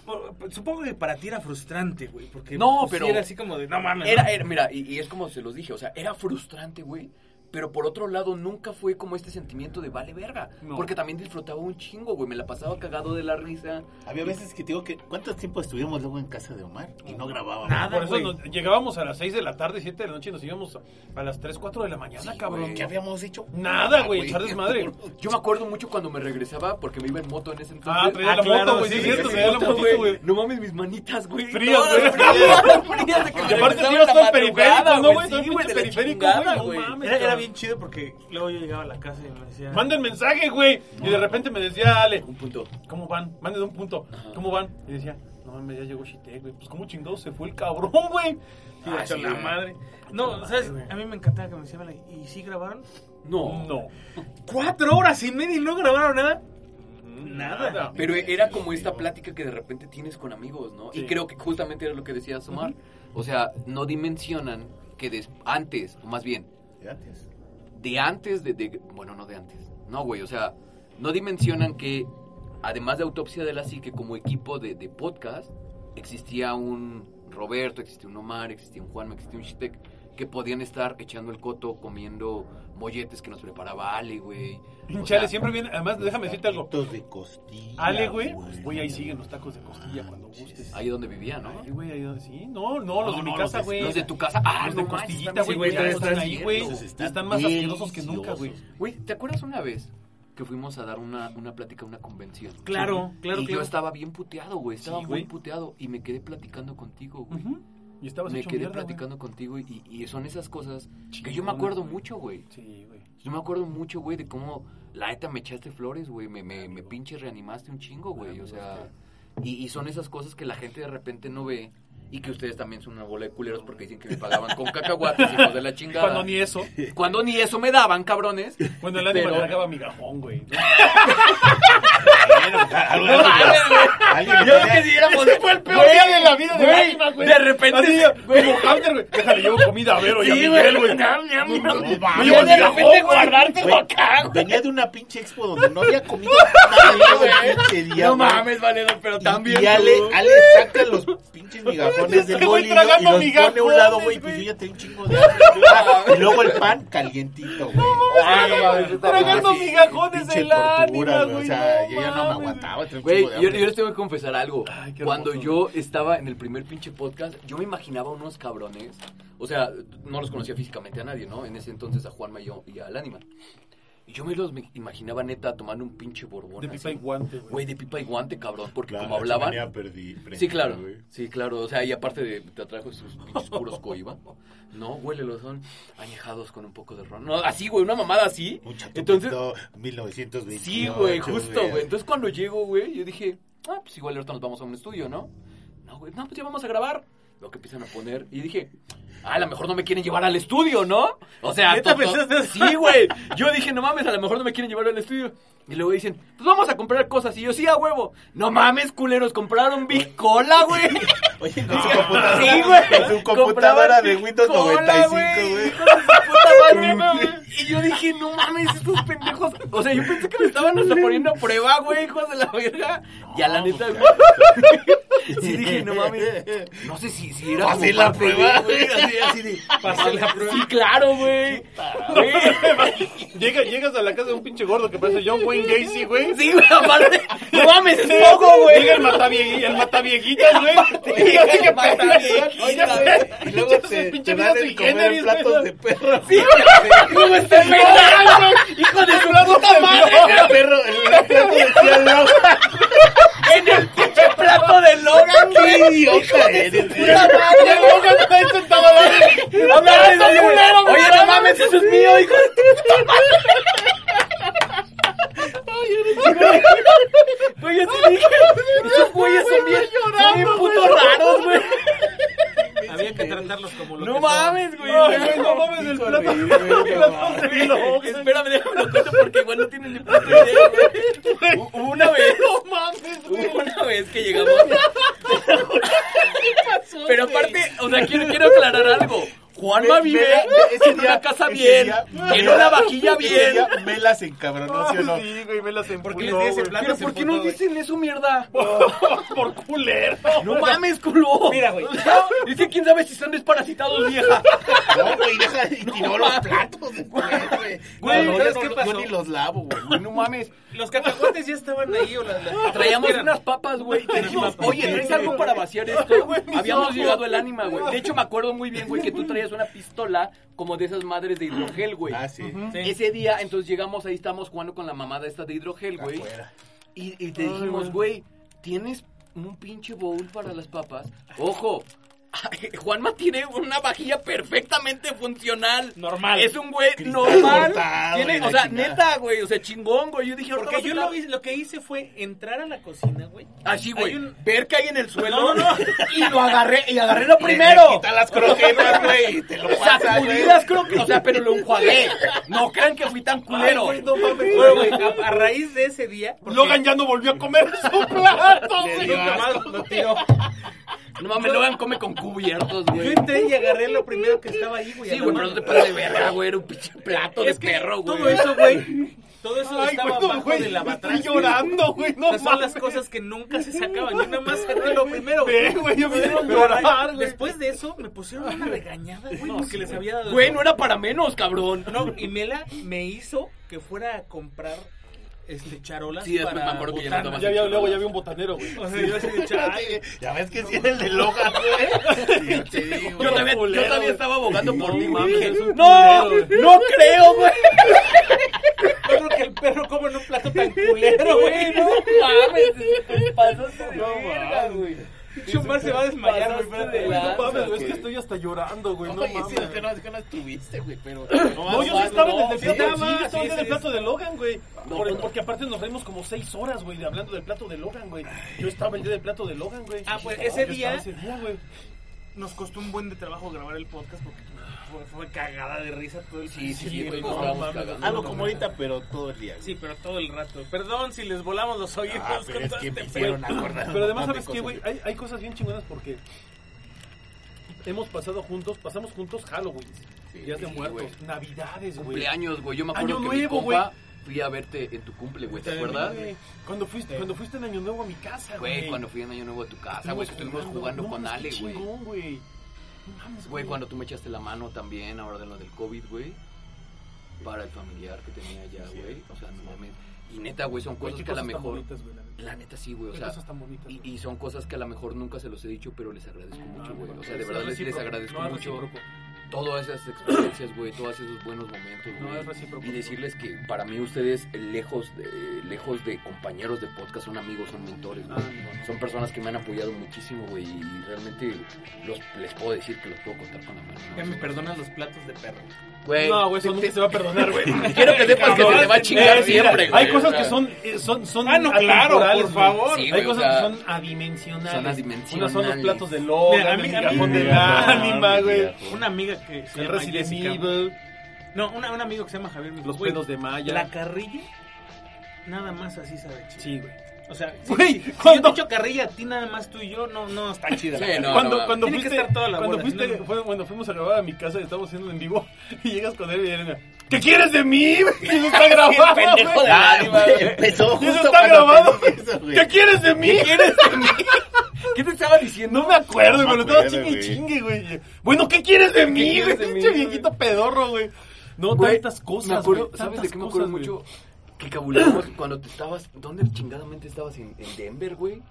F: por- por- Supongo que para ti era frustrante, güey, porque
E: No,
F: pues, sí
E: pero-
F: era así como de no mames. ¿no?
E: Era, era- mira, y, y es como se los dije, o sea, era frustrante, güey. Pero por otro lado, nunca fue como este sentimiento de vale verga.
D: No.
E: Porque también disfrutaba un chingo, güey. Me la pasaba cagado de la risa.
C: Había veces que te digo que. ¿Cuánto tiempo estuvimos luego en casa de Omar? Y no grabábamos.
F: Nada,
D: Por eso
F: güey.
D: nos- llegábamos a las 6 de la tarde, 7 de la noche y nos íbamos a- a las 3, 4 de la mañana,
E: Sí,
D: cabrón.
E: güey.
C: ¿Qué habíamos hecho? Ah,
D: Nada, güey,
E: güey.
D: echar desmadre.
E: Yo me acuerdo mucho cuando me regresaba porque me iba en moto en ese entonces.
D: Ah, traía la
F: claro,
D: moto, güey,
F: sí,
D: sí, es
F: sí,
D: cierto,
F: sí,
D: traía la
E: puta,
D: moto, güey.
E: No mames, mis manitas, güey.
D: Frías,
E: No,
D: güey.
E: Frías, frías de que me
D: Y aparte
E: regresaba
D: tenías
E: en
D: todo
E: la
D: el periférico,
E: madrugada,
D: ¿no, güey?
E: Sí,
D: Todo el
E: güey,
D: pinche
E: de la
D: periférico,
E: chingada,
D: güey. No
E: güey.
D: mames,
F: Era, era
D: cabrón.
F: bien chido porque luego yo llegaba a la casa y me decía...
D: Manden mensaje, güey. Y de repente me decía Ale,
E: Un punto.
D: ¿cómo van? Manden un punto.
E: Ajá.
D: ¿Cómo van? Y decía, no mames, ya llegó Shite, güey. Pues cómo chingado se fue el cabrón, güey.
F: Sí,
E: Ah,
F: hecho,
E: sí,
F: la
E: güey.
F: madre. No,
D: madre,
F: ¿sabes?
D: güey.
F: A mí me encantaba que me decían, "Vale, ¿y sí grabaron?
E: No.
D: No.
F: Cuatro horas y media y no grabaron nada.
D: Nada.
E: Pero era como esta plática que de repente tienes con amigos, ¿no?
D: Sí.
E: Y creo que justamente era lo que decía Omar. O sea, no dimensionan que des- antes, o más bien,
C: Antes.
E: de antes de, de- Bueno, no de antes. No, güey, o sea, no dimensionan que, además de Autopsia de la Psique, como equipo de, de podcast, existía un Roberto, existía un Omar, existía un Juan, existía un Shitek, que podían estar echando el coto, comiendo molletes que nos preparaba Ale, güey. O
D: Pinchale,
E: sea,
D: siempre viene. Además, déjame decirte algo.
C: Taquitos de costilla.
D: Ale, güey. Güey, ahí siguen los tacos de costilla cuando
C: manches.
D: gustes.
E: Ahí donde vivía, ¿no?
D: Ay, güey, ahí donde- sí. No, no, los de
C: No,
D: mi
C: no,
D: casa,
C: los de-
D: güey.
E: Los de tu casa. Ah,
D: Los de
E: no manches,
D: costillita,
E: están
D: güey.
E: bien
D: ya
E: buenos,
D: están
E: es
D: ahí, güey.
E: cierto.
C: Esos
D: Están,
C: están
D: más asquerosos que
C: deliciosos.
D: nunca, güey.
E: Güey, ¿te acuerdas una vez que fuimos a dar una, una plática a una convención?
F: Claro, claro,
E: Y
F: claro.
E: yo estaba bien puteado, güey. Estaba
D: Sí,
E: muy
D: güey.
E: puteado y me quedé platicando contigo, güey.
D: Ujú. Y estabas
E: Me
D: hecho
E: quedé
D: mierda, güey.
E: platicando contigo y, y son esas cosas que yo me
D: Chingones,
E: acuerdo
D: güey.
E: mucho, güey.
D: Sí, güey.
E: Yo me acuerdo mucho, güey, de cómo la neta me echaste flores, güey. Me, me, me pinche reanimaste un chingo,
D: Ah,
E: güey. O sea, y, y son esas cosas que la gente de repente no ve y que ustedes también son una bola de culeros porque dicen que me pagaban con cacahuates, hijos de la chingada.
D: Cuando ni eso.
E: Cuando ni eso me daban, cabrones.
D: Cuando el ánimo
E: Pero-
D: cargaba mi gajón, güey. ¿no?
C: Ah,
E: No mames, güey.
C: Alguien
E: Yo
C: tenía-
E: que si éramos-
D: Ese fue el peor
E: Güey,
D: día de la vida de
E: güey,
D: Lástima, güey.
E: De repente,
D: Así, como Hunter, güey. Déjale, llevo comida a Vero y a
E: Sí,
D: Miguel, güey.
E: Ñam, ñam,
D: No,
E: ñam.
D: no,
E: Y
D: mames,
E: yo de
D: güey.
E: repente guardártelo acá, güey.
C: Venía de una pinche expo donde no había comido nada en todo pinche día,
E: No
C: güey.
E: mames, valedor, pero
C: Y-
E: también.
C: Y Ale,
E: tú.
C: Ale saca los pinches migajones
D: Estoy
C: del bolillo y
D: tragando
C: los pone a un lado,
D: migajones,
C: güey. Pues yo
D: güey.
C: ya tengo un chingo de hambre. Y luego el pan calientito, güey.
E: Ah, no mames, yo también.
D: Tragando
E: Sí.
D: migajones
C: Pinche
D: de la
C: tortura, güey. O sea, yo ya no no aguantaba. tenía un
E: Güey,
C: chingo de
E: yo,
C: hambre.
E: yo les tengo que confesar algo.
D: Ay, qué
E: Cuando yo
D: hermoso.
E: estaba en el primer pinche podcast, yo me imaginaba unos cabrones. O sea, no los conocía físicamente a nadie, ¿no? En ese entonces a Juanma y, yo, y al Anima. Y yo me los me imaginaba neta tomando un pinche borbón.
D: De pipa
E: así.
D: y guante, güey.
E: Güey, de pipa y guante, cabrón. Porque
C: La-
E: como
C: la
E: hablaban.
C: chimenea perdí- prendí,
E: Sí, claro.
C: güey.
E: Sí, claro. O sea, y aparte de, te atrajo sus pinches puros coiba. No, huélelos, son añejados con un poco de ron. No, así, güey, una mamada así.
C: Un chatupito,
E: Entonces,
C: 1928.
E: Sí, güey, justo, güey. Entonces cuando llego, güey, yo dije, ah, pues igual ahorita nos vamos a un estudio, ¿no? No, güey, no, pues ya vamos a grabar. Lo que empiezan a poner. Y dije, ah, a lo mejor no me quieren llevar al estudio, ¿no? O sea,
F: ¿Neta
E: to- to-
F: pensaste eso?
E: sí, güey. Yo dije, no mames, a lo mejor no me quieren llevar al estudio. Y luego dicen, pues vamos a comprar cosas. Y yo, sí, a huevo. No mames, culeros, compraron Big Cola, güey.
C: Oye, con su computadora,
E: Sí,
C: con
E: güey.
C: su computadora
E: Compraban
C: de Windows
E: Coca-Cola,
C: 95, güey.
E: hijos de su puta madre, güey. Y yo dije, no mames, estos pendejos. O sea, yo pensé que me estaban hasta poniendo a prueba, güey, hijos de la verga. Ya la neta, güey. Sí dije, no mames. No sé si, si era.
C: Pasé
E: como
C: la
E: parte
C: prueba,
E: de-
C: güey. Así, así de.
E: Pasé la prueba. Sí, claro, güey. Güey.
D: Llega, llegas a la casa de un pinche gordo que parece John Wayne Gacy, güey.
E: Sí, güey, aparte. No mames, es poco, güey.
D: Llega el matavieji- el mataviejitas, güey.
E: Llega el
D: Llega
E: mataviejitas,
C: Y luego te,
D: pinche
C: te dan
D: vida
C: el
D: sui
C: comer
D: generis,
C: en platos
D: güey.
C: de perro.
E: Sí, güey. ¿Cómo este pendejo, güey? Hijo de su puta madre. güey.
C: El perro, el plato decía no.
E: En el pinche plato de Logan, güey.
C: ¡Qué idiota eres!
E: Puta madre, güey. No mames,
F: Plato
E: oye,
F: culero,
E: Oye, no mames, eso es mío, hijo de tu puta madre. Güey, yo te dije, esos güeyes son bien, son bien putos raros, güey.
F: Había que tratarlos como lo
E: No
F: que
E: mames, güey.
D: No mames, el plato.
E: Güey, Espérame, déjame lo cuento porque igual no tienen ni puta idea, güey. Hu- Hubo una vez. No mames, Hubo una vez que llegamos. Pero aparte, o sea, quiero, quiero aclarar algo. Juanma
C: Ve-
E: vive
C: ve- ve- ese
E: en
C: día-
E: una casa
C: ese
E: bien,
C: día-
E: en una vajilla
C: Ese
E: bien.
C: día Me las encabronó, ¿sí o no?
D: Sí, güey, me las
F: ¿Por qué les di
D: empujó,
F: ese
D: güey.
F: plato?
E: Pero
F: se
E: ¿por qué
F: emputó,
E: no
F: güey.
E: dicen eso, mierda?
D: Por culero.
E: No mames, culo.
F: Mira, güey.
E: Dice, quién sabe si están desparasitados, vieja.
C: No, güey, deja y tiró los
E: mames.
C: platos después, güey.
F: Güey,
C: No, no,
F: ¿sabes
C: yo
F: qué
C: no-
F: pasó?
C: Yo ni los lavo, güey.
E: No mames.
F: Los cacahuates ya estaban ahí. O las- las-
E: Traíamos
F: eran.
E: unas papas, güey. y dijimos, Oye, ¿traes algo para vaciar esto? Habíamos llegado el ánima, güey. De hecho, me acuerdo muy bien, güey, que tú traías una pistola como de esas madres de hidrogel, güey.
C: Ah, sí.
E: Ese día, entonces llegamos, ahí estamos jugando con la mamada esta de hidrogel, güey.
C: Afuera.
E: Y, y te dijimos, güey, ¿tienes un pinche bowl para las papas? Ojo, Juanma tiene una vajilla perfectamente funcional.
F: Normal.
E: Es un güey
C: Cristal
E: normal.
C: cortado y
E: Tiene,
C: la
E: o sea,
C: chingada.
E: neta, güey, o sea, chingón, güey. Yo dije,
F: Porque
E: ahorita
F: yo
E: vas a
F: lo,
E: estar-
F: hice- lo que hice fue entrar a la cocina, güey.
E: Así, güey.
F: Hay un-
E: Ver que hay en el suelo.
F: No, no, no.
E: Y lo agarré. Y agarré lo
C: Le
E: primero.
C: Quita las croquetas, güey, y te lo pasa, güey.
E: Sacudidas, creo que. O sea, pero lo enjuagué. No crean que fui tan culero.
F: Bueno, güey, a, a raíz de ese día. porque
D: Logan ya no volvió a comer su plato,
C: Le
D: güey.
C: dio
F: nunca
C: asco.
F: más lo tiró.
E: No mames, Logan come con cubiertos,
F: Yo
E: güey.
F: entré y agarré lo primero que estaba ahí, güey.
E: Sí,
F: a
E: güey,
F: la
E: pero
F: mano.
E: no te pases de verga, güey. Era un pinche plato de
F: Es que
E: perro, güey.
F: Todo eso, güey. Todo eso
D: Ay,
F: estaba
D: güey, no,
F: abajo
D: güey.
F: de la
D: Estoy
F: matraca.
D: llorando, güey. No
F: Esas son
D: mames.
F: las cosas que nunca se sacaban. Yo nada más saqué lo primero.
D: Ve, güey, yo me hicieron llorar, güey.
F: Después de eso, me pusieron una regañada, güey, porque les había dado...
E: Güey, no era para menos, cabrón.
F: No, y Mela me hizo que fuera a comprar este charolas
E: Sí, después
F: para
E: me acuerdo que ya no
F: botana.
E: tomas.
D: Ya, había- luego ya vi un botanero, güey.
F: O sea, yo así de chale.
C: Ya ves que si eres de Logan, güey. Yo te digo,
E: Yo también, yo
D: culero,
E: también
D: güey.
E: estaba abogando por
D: No
E: ti,
D: mames,
E: dije,
D: eres
E: No,
D: un culero, güey".
E: no creo, güey.
F: Yo creo que el perro come en un plato tan culero,
E: Güey,
F: güey.
E: no mames. te Pasaste de
D: No
E: verga, güey.
F: Chumar se va a desmayar, güey.
E: Pasaste
F: espérate,
E: de
F: güey.
D: No mames, güey, es que
C: güey.
D: estoy hasta llorando, güey. No
C: Oye, sí,
D: mames.
C: que no, es que no estuviste, güey, pero...
D: No, yo sí estaba en el del plato, sí, yo estaba
F: sí,
D: en el
F: sí,
D: del plato de Logan, güey.
E: No,
D: Por-
E: no.
D: Porque aparte nos reímos como seis horas, güey, de- hablando del plato de Logan, güey. Yo estaba el día del plato de Logan, güey.
F: Ah, pues,
D: Yo
F: ese
D: estaba
F: día-
D: ese día, güey.
F: Nos costó un buen de trabajo grabar el podcast porque fue, fue cagada de risa todo el
E: Sí, sí, sí, güey,
F: no,
E: nos estábamos
F: mames.
E: cagando.
C: Algo como ahorita, pero todo el día. güey.
F: Sí, pero todo el rato. Perdón si les volamos los oídos
C: Ah,
F: con
C: pero es
F: todo
C: que
F: este
C: me hicieron acordar. un
D: Pero además,
C: montón de
D: ¿sabes qué,
C: cosas.
D: güey? Hay, hay cosas bien chingonas porque hemos pasado juntos, pasamos juntos Halloween, días de
E: sí,
D: muertos,
E: güey.
D: navidades, güey.
E: Cumpleaños, güey. Yo me acuerdo
D: Año
E: que mi
D: nuevo,
E: compa fui a verte en tu cumple, güey. ¿Te acuerdas?
D: Güey, Cuando fuiste, cuando fuiste en Año Nuevo a mi casa, güey.
E: Güey, cuando fui en Año Nuevo a tu casa,
D: Estuvimos
E: güey, que estuvimos jugando
D: No,
E: con
D: mames,
E: Ale,
D: qué
E: güey.
D: chingón, güey. No mames,
E: Güey, cuando tú me echaste la mano también, ahora de lo del COVID, güey. Para el familiar que tenía allá, güey. O sea, no mames. Y neta, güey, son
D: Güey,
E: cosas
D: qué
E: que a lo
D: cosas tan
E: mejor.
D: bonitas, güey, la neta.
E: La neta sí, güey. O
D: Qué
E: sea,
D: cosas tan bonitas, Ah,
E: y,
D: güey.
E: y son cosas que a lo mejor nunca se los he dicho, pero les agradezco mucho, güey. O sea, de
D: Es
E: verdad les, les
D: recíproco,
E: agradezco
D: no es
E: mucho
D: recíproco.
E: todas esas experiencias, güey, todos esos buenos momentos,
D: No,
E: güey.
D: es recíproco.
E: y decirles que para mí ustedes, eh, lejos de, lejos de compañeros de podcast, son amigos, son mentores, güey.
D: Ah, no.
E: Son personas que me han apoyado muchísimo, güey, y realmente los, les puedo decir que los puedo contar con la mano. ¿no?
F: Ya me perdonan los platos de perro.
E: Güey,
D: No, güey, eso
E: te-
D: nunca
E: te-
D: se va a perdonar, güey.
E: Quiero que sepas que se te va a chingar
D: Eh, mira,
E: siempre, güey.
D: Hay cosas
E: o sea.
D: que son, eh, son, son
F: Ah, no, claro,
D: atemporales,
F: por
D: güey.
F: favor.
E: Sí,
D: hay
E: güey, o
D: cosas
E: sea,
D: que son adimensionales.
E: son adimensionales.
D: Unas son los platos de Lola,
F: Mira, a
D: el
F: mí- a mí-
D: cajón del
F: Ah,
D: ánima, güey.
F: Una amiga que se
D: El
F: llama
D: Resident
F: Jessica.
D: Evil,
F: No, una- un amigo que se llama Javier. me dijo,
D: los
F: "Güey,
D: pedos de Maya.
F: La carrilla, nada más así sabe chido.
D: Sí, güey.
F: O sea, si,
D: Güey,
F: si- si
D: ¿cuándo?
F: yo te echo carrilla a ti nada más tú y yo, no, no está chida.
E: Sí, no,
D: cuando,
E: no,
D: cuando
F: Tiene que
D: fuiste,
F: estar toda la
D: cuando
F: bola,
D: fuiste,
F: si no-
D: fue- cuando fuimos a grabar a mi casa y estábamos haciendo un en vivo y llegas con él y él me ¿qué quieres de mí? Y eso está grabado, güey.
E: Claro, güey.
C: Empezó
D: Y eso
C: justo
D: está
C: cuando
D: grabado.
C: te dije eso, güey.
D: ¿Qué quieres de mí?
E: ¿Qué te estaba diciendo?
D: No me acuerdo,
C: No me
D: güey. Lo estaba
C: acuerdo,
D: chingue y
C: güey.
D: chingue, güey. Bueno, ¿qué quieres de mí, güey?
E: quieres de mí,
D: Pinche
E: güey?
D: viejito pedorro, güey. No,
E: Güey,
D: tantas cosas,
E: me acuerdo,
D: güey,
E: ¿Sabes
D: tantas
E: de qué me acuerdo
D: cosas,
E: mucho? Que cabulamos cuando te estabas. ¿Dónde chingadamente estabas? ¿En, en Denver, güey?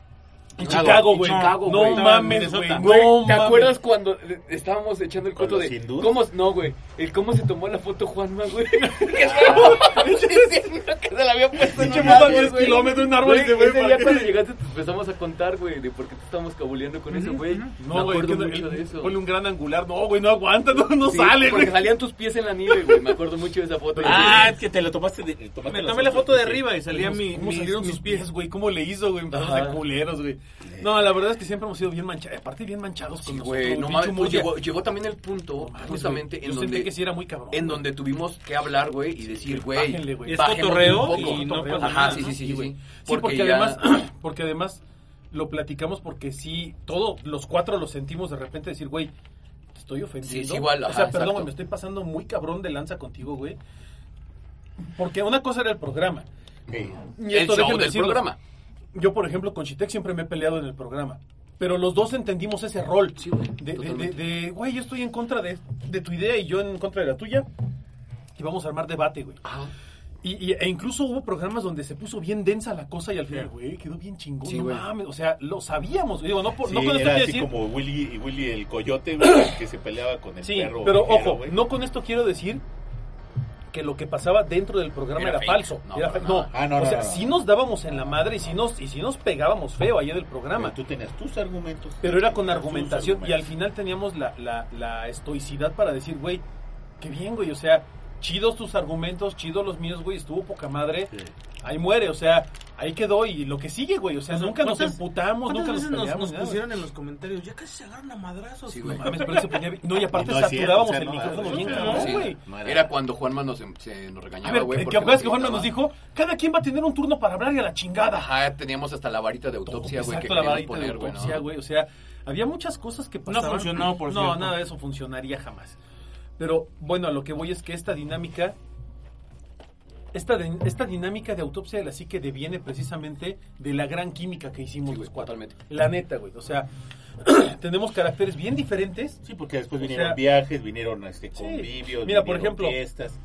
D: En
E: Claro,
D: Chicago,
E: en
D: güey.
E: Chicago,
D: No
E: güey.
D: mames, güey. No
E: Güey, ¿Te
D: mames.
E: acuerdas cuando eh, estábamos echando el
C: ¿Con
E: cuento
C: los
E: de
C: hindús?
E: cómo no, güey, el cómo se tomó la foto Juanma, güey? Que estaba- que se la había puesto en
D: Pinche
E: un
D: puta,
E: árbol,
D: diez
E: güey.
D: kilómetros, un árbol,
E: Güey,
D: ese güey,
E: Ese
D: ¿para
E: día
D: qué?
E: cuando llegaste te empezamos a contar, güey, de por qué te estábamos cabuleando con eso, güey.
D: No,
E: me
D: güey,
E: acuerdo
D: que
E: mucho
D: el-
E: de eso.
D: ponle un gran angular. No, güey, no aguanta, no, no
E: Sí,
D: sale,
E: porque
D: güey.
E: salían tus pies en la nieve, güey. Me acuerdo mucho de esa foto.
C: Ah, es que te lo tomaste de.
F: Me tomé la foto de arriba y salía mi,
D: ¿Cómo
F: mi-
D: salieron
F: mis
D: sus pies, güey? ¿Cómo le hizo, güey? Empezamos
E: Ajá.
D: a culeros, güey. No, la verdad es que siempre hemos sido bien manchados. Aparte, bien manchados con
E: Sí,
D: nosotros.
E: güey, no
D: pinche
E: mames, pues
D: Moya.
E: llegó, llegó también el punto,
D: mames,
E: justamente,
D: güey.
E: en
D: Yo sentí
E: donde,
D: que sí era muy cabrón.
E: en donde tuvimos que hablar, güey, y decir, güey,
D: bájenle, güey.
F: Es
E: bajemos
F: cotorreo
E: un poco.
F: y no
D: Cotorreo.
F: pasa
E: Ajá,
F: nada,
E: sí,
F: ¿no?
E: sí, sí,
D: Sí,
E: sí.
D: güey.
E: Porque,
D: Sí, porque
E: ya-
D: además, porque además lo platicamos porque sí, todos los cuatro lo sentimos de repente decir, güey, te estoy ofendiendo.
E: Sí, sí, igual,
D: o sea,
E: ajá,
D: perdón,
E: exacto.
D: me estoy pasando muy cabrón de lanza contigo, güey. Porque una cosa era el programa. Y
E: el
D: esto
E: show
D: déjenme
E: del
D: decirlo.
E: programa.
D: Yo, por ejemplo, con Chitec siempre me he peleado en el programa. Pero los dos entendimos ese rol.
E: Sí, güey,
D: De, de-
E: totalmente.
D: de- de, güey, yo estoy en contra de, de tu idea y yo en contra de la tuya. Y vamos a armar debate, güey.
E: Ajá.
D: Y, y- e incluso hubo programas donde se puso bien densa la cosa y al final, güey, quedó bien chingón.
E: Sí,
D: no
E: güey.
D: mames, o sea, lo sabíamos. Digo, no, por,
C: Sí,
D: no con esto
C: era
D: quiero
C: así
D: decir.
C: como Willy, Willy el coyote, güey, que se peleaba con el
D: sí,
C: perro.
D: pero
C: ligero,
D: ojo,
C: güey.
D: no con esto quiero decir que lo que pasaba dentro del programa
E: Era
D: era,
E: fake.
D: falso.
E: No,
D: era
E: para
D: fe-
E: nada.
D: no.
C: Ah, no,
D: o
C: no,
D: sea,
C: no, no.
D: sí nos dábamos en la madre y sí nos, y sí nos pegábamos feo allá del programa.
C: Pero tú tenías tus argumentos.
D: Pero era con
C: Tus
D: argumentación y al
C: argumentos.
D: final teníamos la, la, la estoicidad para decir, güey, qué bien, güey, o sea, chidos tus argumentos, chidos los míos, güey, estuvo poca madre, ahí muere, o sea, ahí quedó y lo que sigue, güey, o sea,
F: O sea,
D: nunca nos
F: Pues, ¿cuántas-
D: emputamos,
F: ¿Cuántas
D: nunca nos
F: veces nos,
D: peleamos.
F: nos
D: ni nada,
F: pusieron en los comentarios? Ya casi se agarran a madrazos.
E: Sí,
F: No
E: güey.
D: güey. Mames, pero se ponía bien- No, y aparte
C: Y no es cierto,
D: saturábamos
C: o sea, Ah,
D: el
C: no,
D: micrófono
C: no,
D: bien
C: no,
D: cabrón,
E: Sí.
D: güey.
C: no
E: era,
C: era-
E: cuando Juanma nos, em- se nos
D: A
E: regañaba,
D: ver,
E: güey.
D: ¿te
E: porque
D: acuerdas que
E: nos
D: Juanma nos
E: gritaba?
D: dijo, cada quien va a tener un turno para hablar y a la chingada?
E: Ajá, teníamos hasta la varita de autopsia, güey, que
D: Exacto, la
E: queríamos
D: varita de
E: poner, güey. ¿no?
D: autopsia, güey. O sea, había muchas cosas que pasaban.
F: funcionó, por
D: No,
F: cierto.
D: nada de eso funcionaría jamás. Pero bueno, a lo que voy es que esta dinámica. Esta, din- esta dinámica de autopsia de la psique deviene precisamente de la gran química que hicimos
E: Sí, güey,
D: los cuatro.
E: totalmente.
D: La neta, güey. O sea, tenemos caracteres bien diferentes.
C: Sí, porque después
D: O
C: vinieron
D: sea,
C: viajes, vinieron este, convivios.
D: Mira, por
C: vinieron
D: ejemplo,
C: Fiestas.